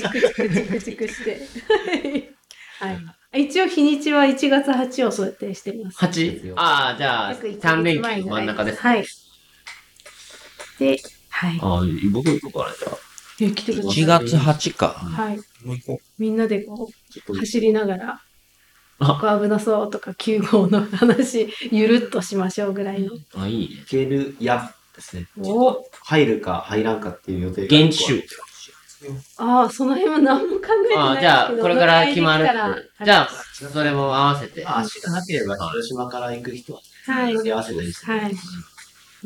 Speaker 3: チクチクして。はい。一応日にちは1月8を想定しています。
Speaker 2: 8? ああ、じゃあ、
Speaker 3: 約一ヶ
Speaker 2: 3
Speaker 3: 月前
Speaker 2: 連
Speaker 3: ぐらい
Speaker 2: 休真ん中です。
Speaker 3: はい。で、はい。
Speaker 2: ああ、僕行こうかな、じゃあ。
Speaker 3: え来てください。
Speaker 5: 1月8か。
Speaker 3: はい。
Speaker 5: もう行こ
Speaker 3: みんなでこう、
Speaker 4: と
Speaker 3: 走りながら、
Speaker 2: あ
Speaker 3: ここ危なそうとか9号の話、ゆるっとしましょうぐらいの。
Speaker 2: あ、いいね。
Speaker 4: いけるやですね。
Speaker 3: お
Speaker 4: 入るか入らんかっていう予定が
Speaker 2: 現地集。
Speaker 3: ああ、その辺は何も考えて
Speaker 2: あ
Speaker 3: ない
Speaker 2: あ、
Speaker 3: です
Speaker 2: じゃあ、
Speaker 3: けど。
Speaker 2: これから決まる
Speaker 3: 乗り換え
Speaker 2: っ
Speaker 3: でき
Speaker 2: て。
Speaker 3: た
Speaker 2: じ
Speaker 3: ら
Speaker 2: ゃあ、それも合わせて。
Speaker 4: 足がなければ広島から行く人は
Speaker 3: はい。
Speaker 4: 手合わせたりして、
Speaker 3: はい。うん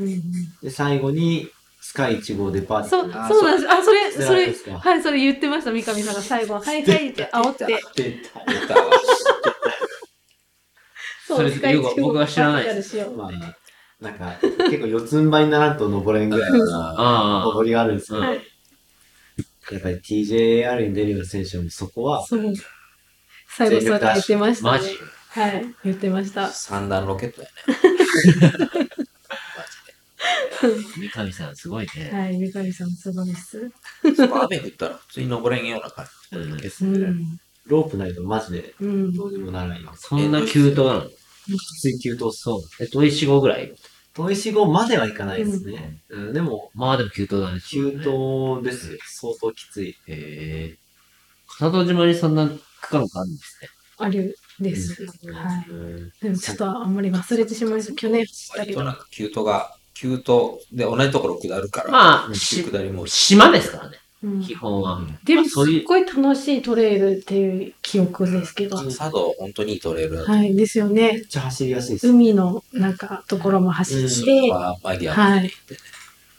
Speaker 3: うん
Speaker 4: で最後にスカイ1号デパート
Speaker 3: そう、そうなんです。あ、それ、そ
Speaker 4: で
Speaker 3: れ
Speaker 4: す、か
Speaker 3: はい、それ言ってました、三上さんが最後。はいはいって煽って。
Speaker 4: 出た
Speaker 5: う。出たわ
Speaker 2: それ
Speaker 3: スカイ中央
Speaker 2: 僕は知らないで
Speaker 3: バック
Speaker 4: まあなんか結構四つん這いにならんと登れんぐらいな
Speaker 2: ああ、
Speaker 4: 登りがあるんですけど、
Speaker 2: うん
Speaker 3: はい
Speaker 4: やっぱり TJR に出るような選手はもうそこは
Speaker 3: からそう。最後、そうやって言ってました、
Speaker 2: マ
Speaker 3: ね。
Speaker 2: ジ
Speaker 3: はい、言ってました。
Speaker 5: 三段ロケットやね。
Speaker 2: 三上さん、すごいね。
Speaker 3: はい、三上さん、すごいです。
Speaker 5: そこ雨降ったら普通に登れんような感じ。
Speaker 4: です
Speaker 3: う
Speaker 4: ね、
Speaker 3: ん。
Speaker 4: ロープないとマジで
Speaker 3: うん。
Speaker 4: どうにもならないよ
Speaker 2: そんな急騰なの
Speaker 4: 追求とそう
Speaker 2: え、土井四号ぐらい
Speaker 4: 遠い死後まではいかないですね、うんでも
Speaker 2: まあでも急騰だね。
Speaker 4: 急。騰ですよ相当きつい
Speaker 2: へえ。片戸島にそんな区間があるんですね。
Speaker 3: あるです。はい。でもちょっとあんまり忘れてしまいました。去年走ったけ
Speaker 5: 割
Speaker 3: ど
Speaker 5: と。なんか、急騰が、急騰で同じところ下るから、
Speaker 2: まあ、し
Speaker 5: 下りも多いし。
Speaker 2: 島ですからね、
Speaker 3: うん
Speaker 2: 基本は。
Speaker 3: でも、
Speaker 2: まあ
Speaker 3: す
Speaker 2: そういう
Speaker 3: っごい楽しいトレイルっていう記憶ですけど。
Speaker 5: 佐渡、本当にいいトレイルだと
Speaker 3: はい、ですよね
Speaker 4: め。っちゃ走りやすいです
Speaker 3: 海のなんかところも走って、
Speaker 5: は間際まで
Speaker 3: はい。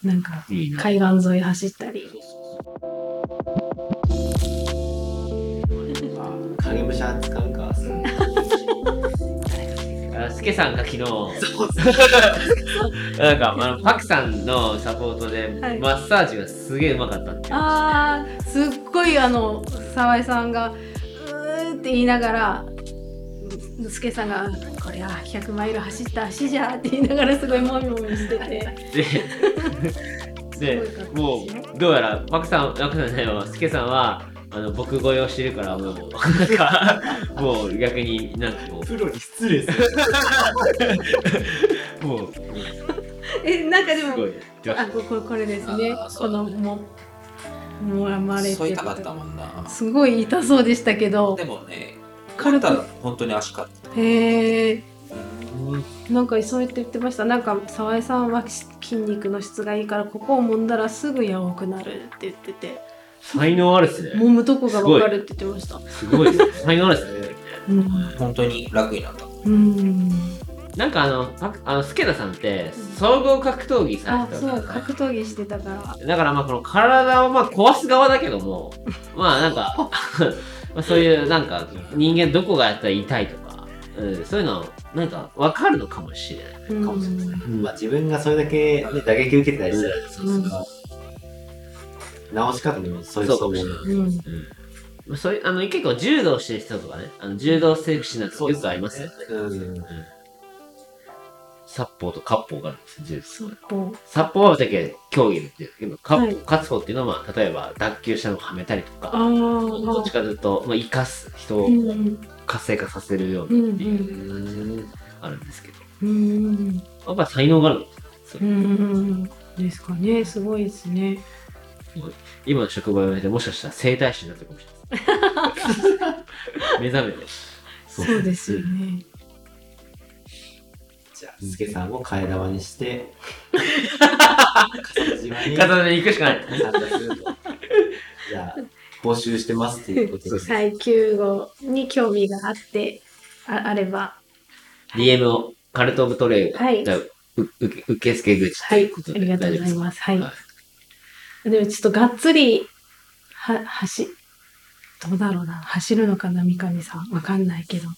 Speaker 3: なんか
Speaker 2: いいね
Speaker 3: 海岸沿い走ったり。
Speaker 4: 影武者使うか
Speaker 2: あスケさんが昨日、なんか、あの、パクさんのサポートで、
Speaker 3: はい
Speaker 2: マッサージがすげえうまかったっていう。
Speaker 3: あーすっごいあの沢井さんが「うー」って言いながら。すけさんが「これは100マイル走った足じゃ」って言いながらすごいもみもみしてて
Speaker 2: で、
Speaker 3: すごい
Speaker 2: で、
Speaker 3: 格好
Speaker 2: も
Speaker 3: ですね
Speaker 2: う、どうやら、パクさん、パクさんじゃないわ、スケさんは、あの、僕御用してるから、もう、なんか、もう逆になんかこ
Speaker 4: プロに失礼する
Speaker 2: う、もう、す
Speaker 3: えなんかでも
Speaker 2: ごい。
Speaker 3: あこここれですね
Speaker 5: あーそ
Speaker 3: こ
Speaker 5: うだ
Speaker 3: の
Speaker 5: ね
Speaker 3: ももらまれ
Speaker 5: そう
Speaker 3: て
Speaker 5: 痛かったもんな。
Speaker 3: すごい痛そうでしたけど
Speaker 5: でもね、
Speaker 3: 軽
Speaker 5: 軽
Speaker 3: く
Speaker 5: かったら本当に足かった。
Speaker 3: へえなんかそうやって言ってましたなんか沢井さんは筋肉の質がいいからここを揉んだらすぐ柔くなるって言ってて
Speaker 2: 才能あるっすね。
Speaker 3: 揉むとこが分かるって言ってました
Speaker 2: すごいっすね。才能あるっすね。
Speaker 3: うん
Speaker 5: 本当に楽になった。
Speaker 3: うん
Speaker 2: なんかあの、パクあの、スケダさんって、総合格闘技さ
Speaker 3: あ
Speaker 2: れてたじゃ
Speaker 3: そ
Speaker 2: な
Speaker 3: う
Speaker 2: い
Speaker 3: 格闘技してたから
Speaker 2: だからまあこの体をまあ壊す側だけど も、まあなんか、まあそういうなんか人間どこがやったら痛いとか、うん、そういうのなんか分かるのかもしれない。
Speaker 3: う
Speaker 2: かもしれ
Speaker 3: ん
Speaker 4: まあ自分がそれだけ、ね、打撃受けてたりしたら、
Speaker 3: うん
Speaker 4: 直し方にもそういう
Speaker 2: そうかもしれ
Speaker 4: う
Speaker 2: ない
Speaker 3: うん
Speaker 2: まあそういう、あの結構柔道してる人とかね、あの柔道セーフしなくてよくありますよね。
Speaker 4: うん、
Speaker 2: 殺法と割法があるんですよ、柔術。
Speaker 3: こ
Speaker 2: 殺法はだけ競技っていうけど、割
Speaker 3: はい
Speaker 2: 法割法っていうのは、まあ例えば、脱臼したのをはめたりとか、
Speaker 3: ああ
Speaker 2: どっちかというと、まあ、生かす、人を
Speaker 3: うんうん
Speaker 2: 活性化させるよう
Speaker 3: う
Speaker 2: なっ
Speaker 3: ん
Speaker 2: て
Speaker 3: う
Speaker 2: いうん
Speaker 5: うん。
Speaker 2: あるんですけど、
Speaker 3: うん
Speaker 2: やっぱ才能があるの。
Speaker 3: うんですかねすごいですね
Speaker 2: 今の職場を辞めて、もしかしたら整体師になってるかもしれない。目覚めて。
Speaker 3: そうですよね
Speaker 4: じゃあ、すけさんを替え玉に して、笠島に
Speaker 2: 片手に行くしかない。
Speaker 4: 参加すると。 じゃあ、募集してますっていうことです。
Speaker 3: 耐久語に興味があってああれば
Speaker 2: DM を、カルト・オブ・トレイを、
Speaker 3: はい
Speaker 2: じゃあう受け受付口と
Speaker 3: はいいう
Speaker 2: こと
Speaker 3: あ
Speaker 2: で、
Speaker 3: りがとう
Speaker 2: 大丈夫で
Speaker 3: ござい
Speaker 2: すか
Speaker 3: ますはい、
Speaker 2: は
Speaker 3: でもちょっとがっつりは走どうだろうな走るのかな三上さんわかんないけど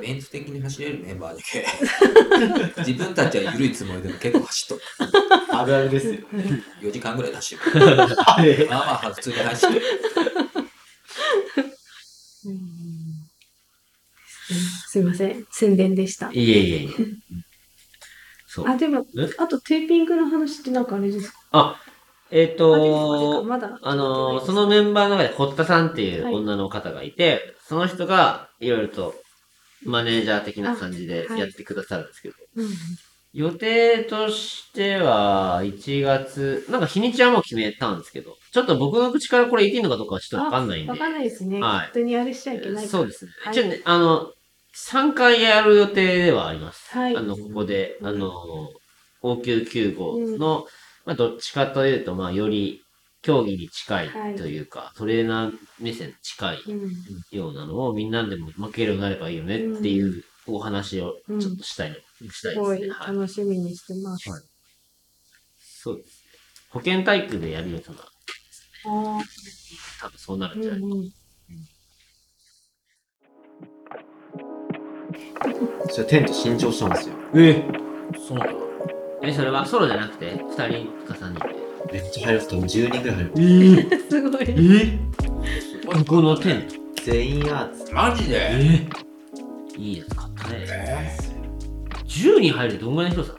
Speaker 5: メンツ的に走れるメンバーだ け。自分たちは緩いつもりでも結構走っとる。
Speaker 4: あるあるですよ。
Speaker 5: 4時間ぐらいで走る。
Speaker 4: あれ
Speaker 5: まあまあ普通に走ってる。
Speaker 3: うんすいません宣伝でした
Speaker 2: いえいえいえ。そう。
Speaker 3: あでも
Speaker 2: え
Speaker 3: あとテーピングの話ってなんかあれですか
Speaker 2: あ、えっ、
Speaker 3: あでもあれか
Speaker 2: と、
Speaker 3: まだ
Speaker 2: あのーそのメンバーの中で堀田さんってい
Speaker 3: はいう
Speaker 2: 女の方がいて、その人がいろいろとマネージャー的な感じで
Speaker 3: あはい
Speaker 2: やってくださるんですけど、
Speaker 3: うん
Speaker 2: 予定としては1月、なんか日にちはもう決めたんですけど、ちょっと僕の口からこれ言っていいのかどうかはちょっとわかんないんで
Speaker 3: わ、かんないですね。
Speaker 2: はい
Speaker 3: 勝手にあれしちゃいけない
Speaker 2: そう
Speaker 3: で
Speaker 2: ですね。
Speaker 3: はい
Speaker 2: 一応ね、あの、3回やる予定ではあります。
Speaker 3: はい
Speaker 2: あの、ここで、
Speaker 3: うん
Speaker 2: あの、応急救護の、まあ、どっちかというと、まあ、より競技に近い
Speaker 3: はい
Speaker 2: というか、トレーナー目線に近い
Speaker 3: うん、
Speaker 2: ようなのをみんなでも負けるようになればいいよねっていうお話をちょっとしたいの、したいで
Speaker 3: す
Speaker 2: す
Speaker 3: ご
Speaker 2: ね。
Speaker 3: い
Speaker 2: はい。
Speaker 3: 楽しみにしてます。
Speaker 2: はいそうですね。保健体育でやるような、
Speaker 3: あ
Speaker 2: 多分そうなる
Speaker 3: ー
Speaker 2: んじゃない、
Speaker 3: うんうん
Speaker 4: ちょテント新調したんですよ。
Speaker 5: そうなの
Speaker 2: え、それはソロじゃなくて、2人か3人で。
Speaker 4: めっちゃ入る人10人ぐらい入る。
Speaker 3: すごい。
Speaker 2: ここのテント
Speaker 4: 全員アーツ。
Speaker 5: マジで
Speaker 2: いいやつ買ったね。10人入るってどんぐらいの広さ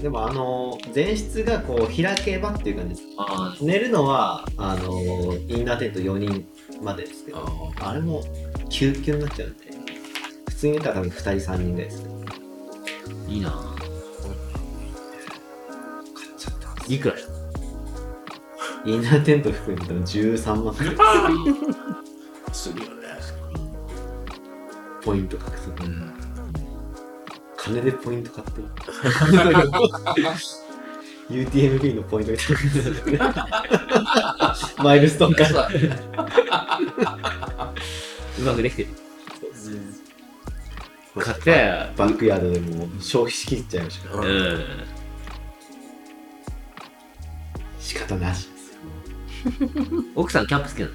Speaker 4: でもあのー、前室がこう開けばっていう感じです。
Speaker 2: あ
Speaker 4: 寝るのは、あのー、インナーテント4人までですけど、
Speaker 5: あ
Speaker 4: あれも急遽になっちゃうんで、普通に言ったら多分2人3人ぐらいですね。
Speaker 2: あ、いいなぁ。いくらした
Speaker 4: インナーテント含めて多分13万ぐらいです
Speaker 5: あするよね。
Speaker 4: ポイント獲得。
Speaker 5: うん。
Speaker 4: 金でポイント買って る。UTMB のポイントみたいなマイルストーンか
Speaker 5: そうだね
Speaker 2: うまくできてる。
Speaker 4: ら。
Speaker 2: 買ったよ。
Speaker 4: バックヤードでもう消費しきっちゃいましたから。
Speaker 2: うん。
Speaker 4: 仕方なしですよ。
Speaker 2: 奥さんキャンプ好きな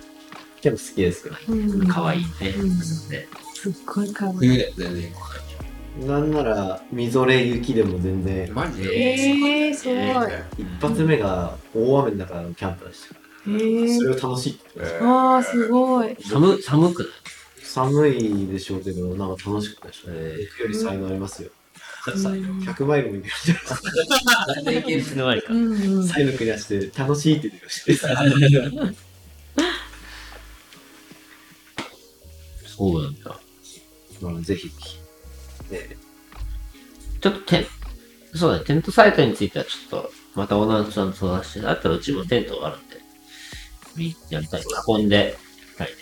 Speaker 4: でも好きですよ。
Speaker 3: うん
Speaker 2: のかわいいね。
Speaker 3: うん
Speaker 2: ね
Speaker 3: すっごい可愛い。
Speaker 5: 冬で全然行か
Speaker 4: なんなら、みぞれ雪でも全
Speaker 5: ない。
Speaker 4: 然、
Speaker 5: マジ
Speaker 3: えー、すごい。え
Speaker 4: 一発目が大雨の中のキャンプでしたから。そ
Speaker 3: ー、
Speaker 4: れを楽しいって言ってまし
Speaker 3: あーすごい。
Speaker 2: 寒、寒くない
Speaker 4: た。寒いでしょうけど、なんか楽しくてしたね。
Speaker 2: えー
Speaker 4: 僕より才能ありますよ。
Speaker 3: うん
Speaker 4: 100マイルも行けるじゃないですか。
Speaker 5: 全然行け
Speaker 2: い
Speaker 5: る
Speaker 2: つの間にか。
Speaker 3: うんうん
Speaker 4: 最後に出して、楽しいって言ってました。
Speaker 2: そうなんだ。
Speaker 4: まあ、ぜひ。ね、
Speaker 2: ちょっとテン、そうだね、テントサイトについてはちょっと、またオーナーさんと相談して、あったらうちもテントがあるんで、みやりたい。囲んで、やりたいね。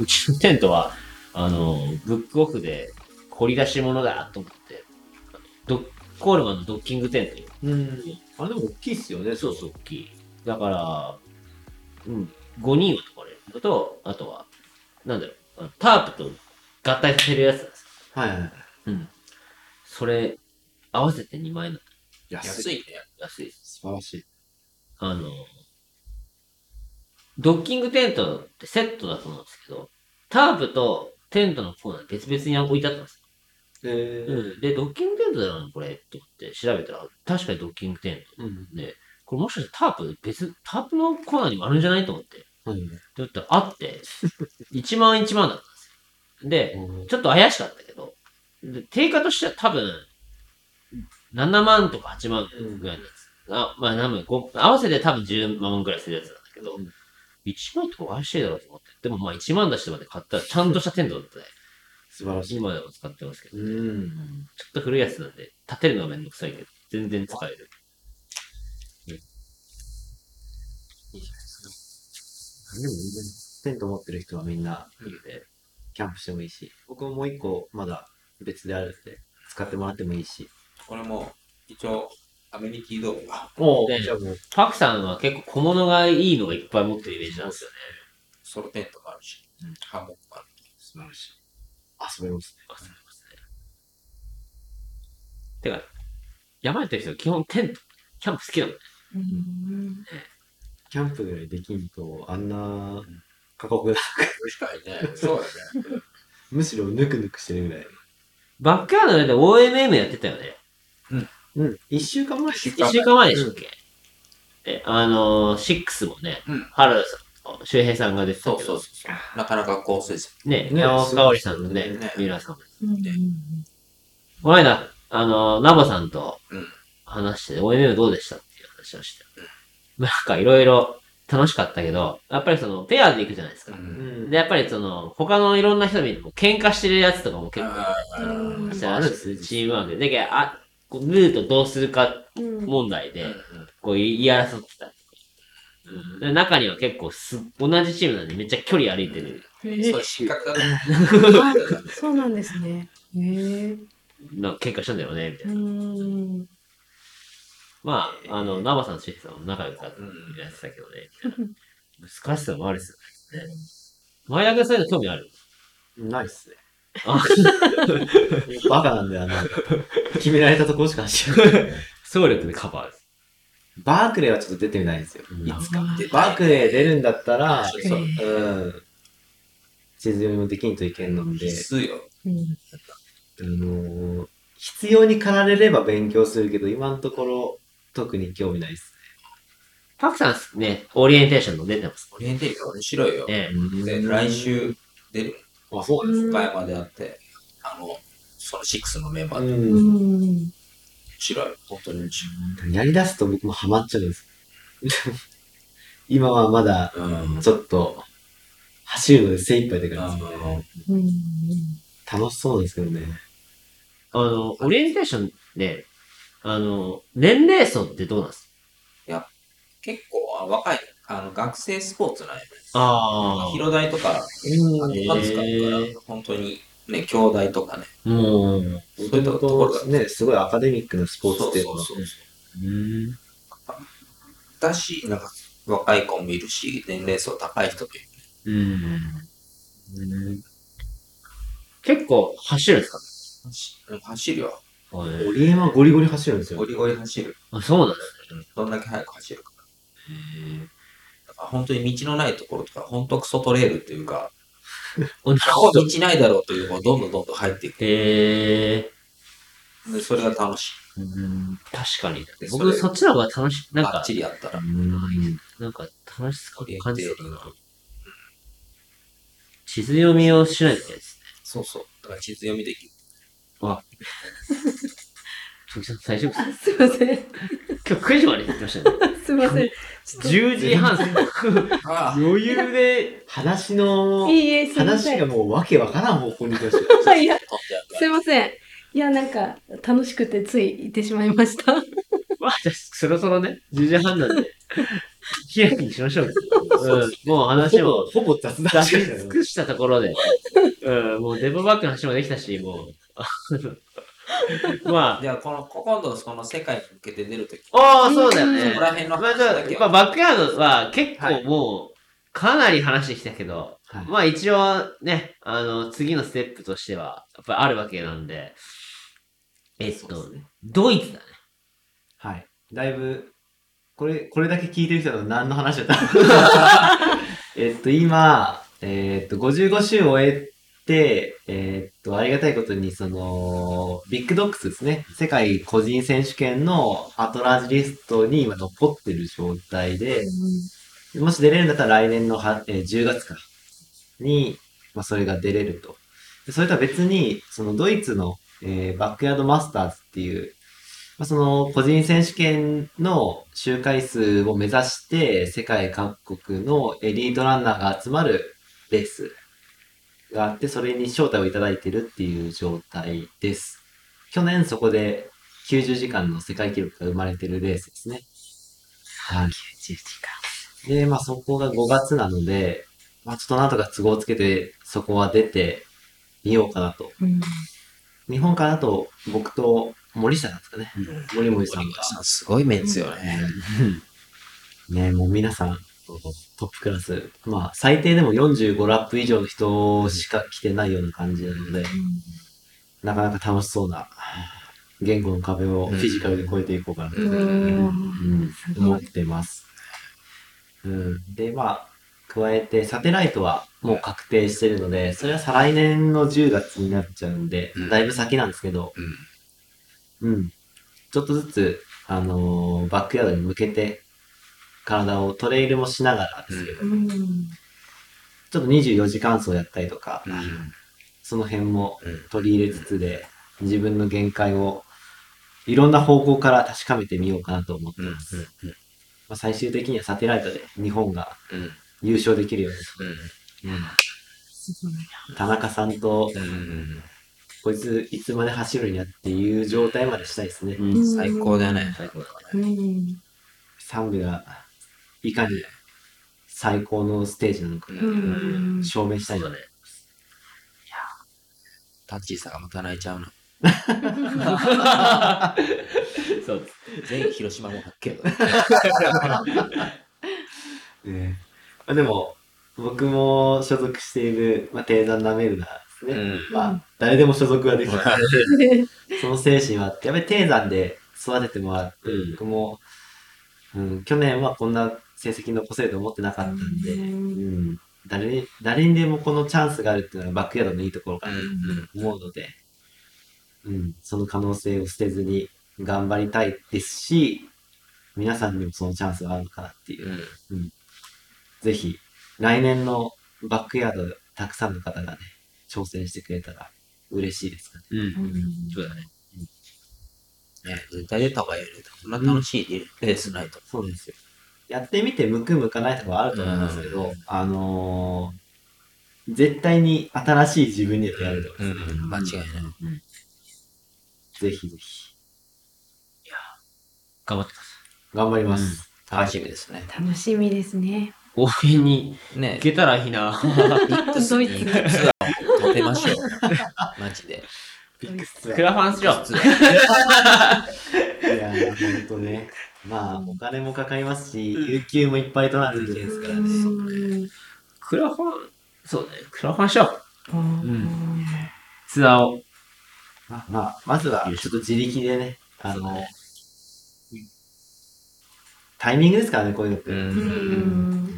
Speaker 2: うちのテントは、あの、ブックオフで掘り出し物だと思って、あのドッコールマンのドッキングテントに
Speaker 4: うん。あれでも大きいっすよね。
Speaker 2: そうそう、大きい。だから、うん、5人をとかれるのと、あとは、なんだろうあの、タープと合体させるやつなんですよ
Speaker 4: はいはいはい。
Speaker 2: うん。それ、合わせて2万円だっ
Speaker 5: 安いね。
Speaker 2: た安いです。
Speaker 4: 素晴らしい。
Speaker 2: あの、ドッキングテントってセットだと思うんですけど、タープとテントのコーナー別々に置いてあったんです
Speaker 4: え
Speaker 2: よ。うん。で、ドッキングテントだよな、これ、と思って調べたら、確かにドッキングテン
Speaker 4: ー、うん。
Speaker 2: トで、これもしかしてタープ別、タープのコーナーにもあるんじゃないと思って。
Speaker 4: はい。
Speaker 2: だったらあ って、1万1万だったんですよ。で、ちょっと怪しかったけど、で定価としては多分、 7万とか8万ぐらいのやつ。あ、まあ何万、こう合わせて多分10万ぐらいするやつなんだけど、1万とか怪しいだろうと思って。でもまあ1万出してまで買ったらちゃんとしたテントだったね。
Speaker 4: 素晴らしい。
Speaker 2: 今でも使ってますけど、ちょ
Speaker 4: うん。
Speaker 2: っと古いやつなんで、立てるのはめんどくさいけど、全然使える。
Speaker 4: でも、テント持ってる人はみんな、
Speaker 2: いいので、
Speaker 4: キャンプしてもいいし、僕ももう一個、まだ別であるんで、使ってもらってもいいし。
Speaker 5: これも、一応、アメニティ動画。
Speaker 4: お
Speaker 2: で
Speaker 4: じゃあもう、
Speaker 2: パクさんは結構小物がいいのがいっぱい持ってるイメージなんですよね。
Speaker 5: ソロテントもあるし、ハンモックもある。
Speaker 4: 素晴らしい。遊べますね。
Speaker 2: わかりますね。てか、山やってる人、基本テント、キャンプ好きなのね。
Speaker 3: うん
Speaker 4: キャンプぐらいできんと、あんな過酷な、
Speaker 5: 確かにね。そうだね。
Speaker 4: むしろぬくぬくしてるぐらい。
Speaker 2: バックヤードで OMM やってたよね。
Speaker 4: うん。一週間前
Speaker 2: 1週間前でしたっけ、え、あのー、シックスもね、
Speaker 5: うん
Speaker 2: 原田さんと周平さんが出てた
Speaker 5: そう
Speaker 2: け
Speaker 5: そ
Speaker 2: ど、
Speaker 5: うそう。なかなか好成績。
Speaker 2: ね、
Speaker 4: ね
Speaker 2: 山岡香織さんとね
Speaker 4: そう
Speaker 5: ですね、
Speaker 2: 三浦さんも。
Speaker 3: うん
Speaker 2: この間、あのー、ナボさんと
Speaker 5: うん。
Speaker 2: 話して、OMM どうでしたっていう話をして。なんかいろいろ楽しかったけど、やっぱりその、ペアで行くじゃないですか。
Speaker 4: うんん。
Speaker 2: で、やっぱりその、他のいろんな人見ても、喧嘩してるやつとかも結構
Speaker 5: あー
Speaker 3: うん
Speaker 2: してら
Speaker 4: あ
Speaker 2: っ
Speaker 4: る
Speaker 2: しゃ
Speaker 4: んで
Speaker 2: る
Speaker 4: すね
Speaker 2: チームワークで。だけど、あ、こうルートどうするか
Speaker 3: うん
Speaker 2: 問題で、
Speaker 5: うん
Speaker 2: こう言い争ってたりとか。うん、で中には結構す、同じチームなんでめっちゃ距離歩いてる。
Speaker 5: そういう失格だね。
Speaker 3: あそうなんですね。へえ。
Speaker 2: なんか喧嘩したんだよね、みたいうな。
Speaker 3: ん。
Speaker 2: まあ、あの、ナバさんとシェフさんも仲良かった
Speaker 5: うん
Speaker 2: やってたけどね、みたいな難しさもあるっすよね。前田君そういうの興味 ある
Speaker 4: ないっすね。
Speaker 2: あ、
Speaker 4: バカなんだよな。決められたところしか走らない。
Speaker 2: 総力でカバーです。
Speaker 4: バークレーはちょっと出てみたいんですよ。
Speaker 2: うん
Speaker 4: いつか。
Speaker 5: で
Speaker 4: バークレー出るんだったら、
Speaker 5: そう
Speaker 4: そう、うん。地図読みもできんといけんので、
Speaker 5: 必須よ。
Speaker 3: うん
Speaker 4: あのー必要に駆られれば勉強するけど、今のところ、特に興味ないです。
Speaker 2: パクさんね、オリエンテーションの出てますも
Speaker 5: オ
Speaker 2: んね。
Speaker 5: リエンテリア面白いよ。
Speaker 2: ね
Speaker 5: で、来。週出る。
Speaker 4: あ、そうなんで
Speaker 5: 岡山であって、あの、その6のメンバー
Speaker 4: す
Speaker 5: で面
Speaker 3: う。
Speaker 4: うん
Speaker 5: 白い。本当に面白い。
Speaker 4: やり出すと僕もハマっちゃうんです。 今はまだ、
Speaker 5: うん。
Speaker 4: ちょっと、走るので精一杯だからです
Speaker 5: あ
Speaker 4: ね。楽しそうですけどね。
Speaker 2: あの、オリエンテーションで、あの、年齢層ってどうなんです
Speaker 5: 結構あ若い、あの、学生スポーツなんやね。
Speaker 2: かあ
Speaker 5: 広大とか、あの、まず使うから、本当に、ね、兄弟とかね、
Speaker 2: あ。もう、
Speaker 5: そうい
Speaker 4: 本
Speaker 5: ったところが
Speaker 4: 当ね、すごいアカデミックなスポーツっていうのは。
Speaker 5: そうそうそう
Speaker 4: うん
Speaker 5: だし、なんか、若い子もいるし、年齢層高い人もいる。
Speaker 2: うん。結構走るんですか
Speaker 5: 走るよ。
Speaker 4: オリエンはゴリゴリ走るんです
Speaker 5: ゴ
Speaker 4: よ。
Speaker 5: リゴリ走る。
Speaker 2: あ、そうなんだ。
Speaker 5: どんだけ速く走るか。だから本当に道のないところとか、本当クソトレイルっていうか、
Speaker 2: おなるほど。
Speaker 5: 道ないだろうというのをどんどんどんどん入っていく。
Speaker 2: へえ。
Speaker 5: でそれが楽しい。
Speaker 2: 確かに。
Speaker 5: でそ
Speaker 2: 僕、
Speaker 5: れ
Speaker 2: そっちの方が楽しい。なん
Speaker 5: バッ
Speaker 2: か
Speaker 5: チ、リやったら。
Speaker 2: なんか楽しそう
Speaker 5: オリエンテ
Speaker 2: 感じ
Speaker 5: ー
Speaker 2: る
Speaker 5: リング
Speaker 2: な。地図読みをしないといけないですね。
Speaker 5: そうそう。だから地図読みできる。
Speaker 2: 鈴木さん大丈夫ですか
Speaker 3: あすいません。
Speaker 2: 今日9時までやってましたね。
Speaker 3: すいません。ちょっ
Speaker 2: 10時半。
Speaker 5: あ
Speaker 2: 余裕で。
Speaker 4: 話
Speaker 3: と
Speaker 4: の
Speaker 3: い、いえ、すいませ
Speaker 4: 話
Speaker 3: ん。
Speaker 4: がもうわけわからん方向に行きまし
Speaker 3: はいいや、
Speaker 5: 飛んじゃう
Speaker 3: すいません。いや、なんか、楽しくてつい行ってしまいました。
Speaker 2: まあ、じゃあそろそろね、10時半 なんで、開きにしましょう。うん、もう話
Speaker 4: た。
Speaker 2: も
Speaker 4: ほぼ雑
Speaker 2: 出
Speaker 4: 談
Speaker 2: し
Speaker 4: し
Speaker 2: 尽くしたところで、うん、もうデブバッグの話もできたし、もう あの、ま
Speaker 5: じゃあ、この、今度、その世界に向けて出るとき、こ
Speaker 2: あ、おお、そうだよね
Speaker 5: こ。ら辺の
Speaker 2: まあ、
Speaker 5: 話
Speaker 2: じゃあ
Speaker 5: だけ
Speaker 2: まあ
Speaker 5: は、
Speaker 2: バックヤードは結構もう、かなり話してきたけど、
Speaker 4: はい
Speaker 2: まあ一応ね、あの、次のステップとしては、やっぱりあるわけなんで、えっと、ドイツだね。
Speaker 4: はい。だいぶ、これ、これだけ聞いてる人の何の 話だったえっと、今、えっと、55週終えて、えっと、ありがたいことに、その、ビッグドックスですね。世界個人選手権のアトラージリストに今残ってる状態で、もし出れるんだったら来年のは、えー10月か。に、まあ、それが出れると。でそれとは別に、そのドイツの、えーバックヤードマスターズっていう、ままあその個人選手権の周回数を目指して世界各国のエリートランナーが集まるレースがあってそれに招待をいただいてるっていう状態です。去年そこで90時間の世界記録が生まれてるレースですね。はい。
Speaker 3: 10時
Speaker 4: で、まあそこが5月なので、まあちょっとなんとか都合をつけてそこは出てみようかなと。
Speaker 3: 間。うん
Speaker 4: 日本からだと僕と森下なんですかね。森森さんが。
Speaker 5: さんすごいメンツよね。
Speaker 4: ね、もう皆さん、トップクラス。まあ、最低でも45ラップ以上の人しか来てないような感じなので、なかなか楽しそうな、言語の壁をフィジカルで越えていこうかなと、
Speaker 3: うん
Speaker 4: うん思ってます。うん、で、まあ、加えて、サテライトはもう確定してるので、それは再来年の10月になっちゃうんで
Speaker 5: うん、
Speaker 4: だいぶ先なんですけど、
Speaker 5: うん
Speaker 4: うん。ちょっとずつ、あのーバックヤードに向けて、体をトレイルもしながらですけど、
Speaker 3: うん
Speaker 4: ちょっと24時間走やったりとか、その辺も
Speaker 5: うん
Speaker 4: 取り入れつつで、自分の限界をいろんな方向から確かめてみようかなと思って
Speaker 5: うんうん
Speaker 4: ます。まあ、最終的にはサテライトで日本が
Speaker 5: うん
Speaker 4: 優勝できるよ
Speaker 5: うん
Speaker 4: うに。田中さんと、
Speaker 5: うん
Speaker 4: こいついつまで走るんやっていう状態までしたいですね。
Speaker 2: うん
Speaker 5: 最高だね。
Speaker 2: 最高だね。
Speaker 3: うん
Speaker 4: サンベがいかに最高のステージなのか
Speaker 5: う、
Speaker 3: うん
Speaker 4: 証明した
Speaker 2: そ
Speaker 4: いうな
Speaker 2: だね。
Speaker 5: タッチーさんがまた泣いちゃうな。
Speaker 2: そうです。
Speaker 5: 全広島もはっけど。
Speaker 4: ねまあ、でも、僕も所属している、まあ、定山なめるなですね。
Speaker 5: うん
Speaker 4: まあ、誰でも所属ができる。
Speaker 3: うん
Speaker 4: その精神はあって、やっぱり定山で育ててもらっ
Speaker 2: う
Speaker 4: て、
Speaker 2: ん
Speaker 4: 僕も、うん、去年はこんな成績残せると思ってなかったんで、
Speaker 3: うん
Speaker 4: うん誰に誰にでもこのチャンスがあるっていうのがバックヤードのいいところか
Speaker 5: う
Speaker 4: なんと
Speaker 5: うん
Speaker 4: 思うので、うん、その可能性を捨てずに頑張りたいですし、皆さんにもそのチャンスがあるのかなっていう
Speaker 5: う。ん
Speaker 4: ぜひ、来年のバックヤード、たくさんの方がね、挑戦してくれたら嬉しいですかね。
Speaker 2: うん。
Speaker 3: うん
Speaker 2: そうだね。
Speaker 5: ね、絶対出た方がいいよね。そんな楽しいレースないと。
Speaker 4: そうですよ。やってみて、向く向かないとかはあると思うんですけど、あのー絶対に新しい自分には出会えると思います、
Speaker 5: うん間違いない。
Speaker 4: ぜひぜひ、
Speaker 2: 頑張ってます。
Speaker 4: 頑張ります。
Speaker 5: 楽しみですね。
Speaker 3: 楽しみですね。
Speaker 2: 応援に
Speaker 5: ね
Speaker 2: 行、けたらいいな。
Speaker 5: ビッグスに行くツアーを立てま しょう。マジで。
Speaker 4: ピックス
Speaker 2: クラファンしよう。
Speaker 5: ツアー
Speaker 4: いやー、ほんとね。まあ、お金もかかりますし、有給もいっぱい取らないといけないですからね。
Speaker 3: うん
Speaker 2: クラファン、そうね。クラファンしよう。
Speaker 3: うん
Speaker 2: ツアーを。
Speaker 4: まあ、まあ、まずは、ちょっと自力でね、あの、タイミングですからね、こういうのって。
Speaker 3: うん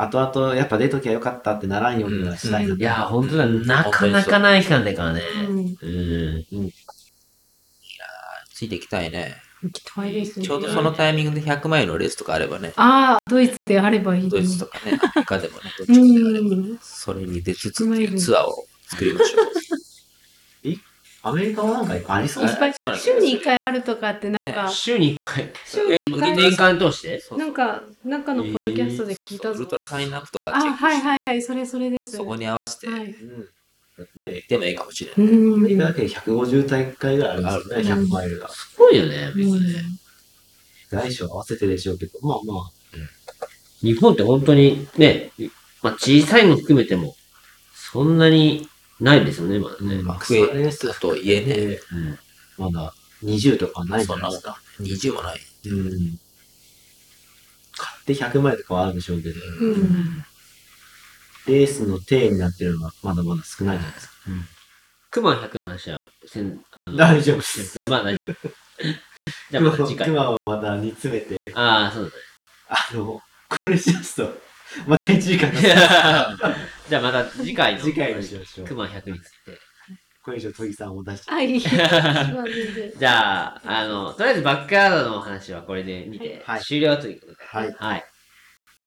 Speaker 4: 後々、やっぱ出ときゃよかったってならんようにはしたいな。
Speaker 2: いや、本当だ。なかなかない期間だからね。
Speaker 3: うん
Speaker 2: うん。
Speaker 5: ついていきたいね。
Speaker 3: 行きたいですね
Speaker 5: ちょうどそのタイミングで100マイルのレースとかあればね、
Speaker 3: ああ、ドイツであればいいね。
Speaker 5: ドイツとかね、アメリカでもね、
Speaker 3: う
Speaker 5: どっちかであれば
Speaker 3: ん。
Speaker 5: それに出つつっていうツアーを作りましょう。
Speaker 4: アメリカはなんかありそう
Speaker 3: いっ
Speaker 4: だね
Speaker 3: ぱい週に1回あるとかってなんか、
Speaker 2: 週に1回。
Speaker 3: 週に一回
Speaker 2: 年間通して
Speaker 3: なんか、なんかのポッドキャストで聞いた
Speaker 5: ウル
Speaker 3: ぞ。
Speaker 5: トラサインアップとか
Speaker 3: あ、
Speaker 5: チェック
Speaker 3: はいはいはい、それそれです。
Speaker 5: そこに合わせて
Speaker 3: はい。
Speaker 4: うん。
Speaker 5: 行ってもいいかもしれない。
Speaker 3: うん
Speaker 4: アメリカだけで150大会ぐらいあるんですよね、
Speaker 3: うん
Speaker 4: 100マイルが。
Speaker 2: すごいよね。
Speaker 4: 大小合わせてでしょうけど、まあまあ、
Speaker 2: 日本って本当にね、まあ、小さいの含めても、そんなにないですよね、まだね。
Speaker 4: マックス
Speaker 5: 増え
Speaker 4: レース
Speaker 5: あと家ね、
Speaker 4: で、まだ20とかないじゃないですか。
Speaker 5: 20もない。
Speaker 4: うん。買って100マイルとかはあるでしょうけど、
Speaker 3: うん。
Speaker 4: レースの体になってるのはまだまだ少ないじゃないですか。
Speaker 2: 熊100の話は、せん
Speaker 4: 大丈夫です。
Speaker 2: まあ 大丈夫。じゃあ
Speaker 4: 今
Speaker 2: また次回。
Speaker 4: をまた煮詰めて、
Speaker 2: ああ、そう
Speaker 4: あの、これしますと、また1時間
Speaker 2: だね。 じゃあまた次回の。
Speaker 4: 次回にしましょう。
Speaker 2: 熊100について。
Speaker 4: これ以上、トギさんを出して。
Speaker 3: あ、いい。まあ全然
Speaker 2: じゃあ、あの、とりあえずバックヤードのお話はこれで見て、
Speaker 4: はい
Speaker 2: 終了ということで。
Speaker 4: はい。
Speaker 2: はい。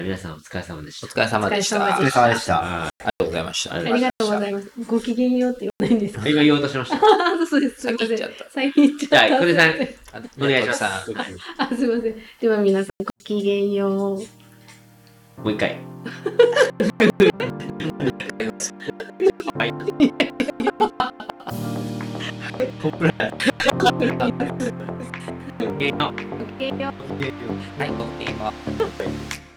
Speaker 2: 皆さんお疲れ様でし
Speaker 5: お
Speaker 2: た。
Speaker 5: 疲れ様でした。
Speaker 3: お
Speaker 5: あ
Speaker 3: 疲
Speaker 5: り
Speaker 3: れ
Speaker 5: が
Speaker 4: 様でした。
Speaker 5: とうございました。
Speaker 2: あ
Speaker 3: あ
Speaker 2: り
Speaker 3: りがとうございます。ごきげんようって言わないんですか
Speaker 2: 今言おうとしました。
Speaker 3: あそうです。すいませ
Speaker 5: 先行っちゃっ
Speaker 3: ん
Speaker 5: た。
Speaker 3: 最近言っちゃった。
Speaker 2: じゃあ、久手さん、お願いします
Speaker 5: さん
Speaker 3: あ、すいません。では皆さん、ごきげんよう。
Speaker 2: もう一回。
Speaker 3: ごきげんよう。
Speaker 2: はい、僕今。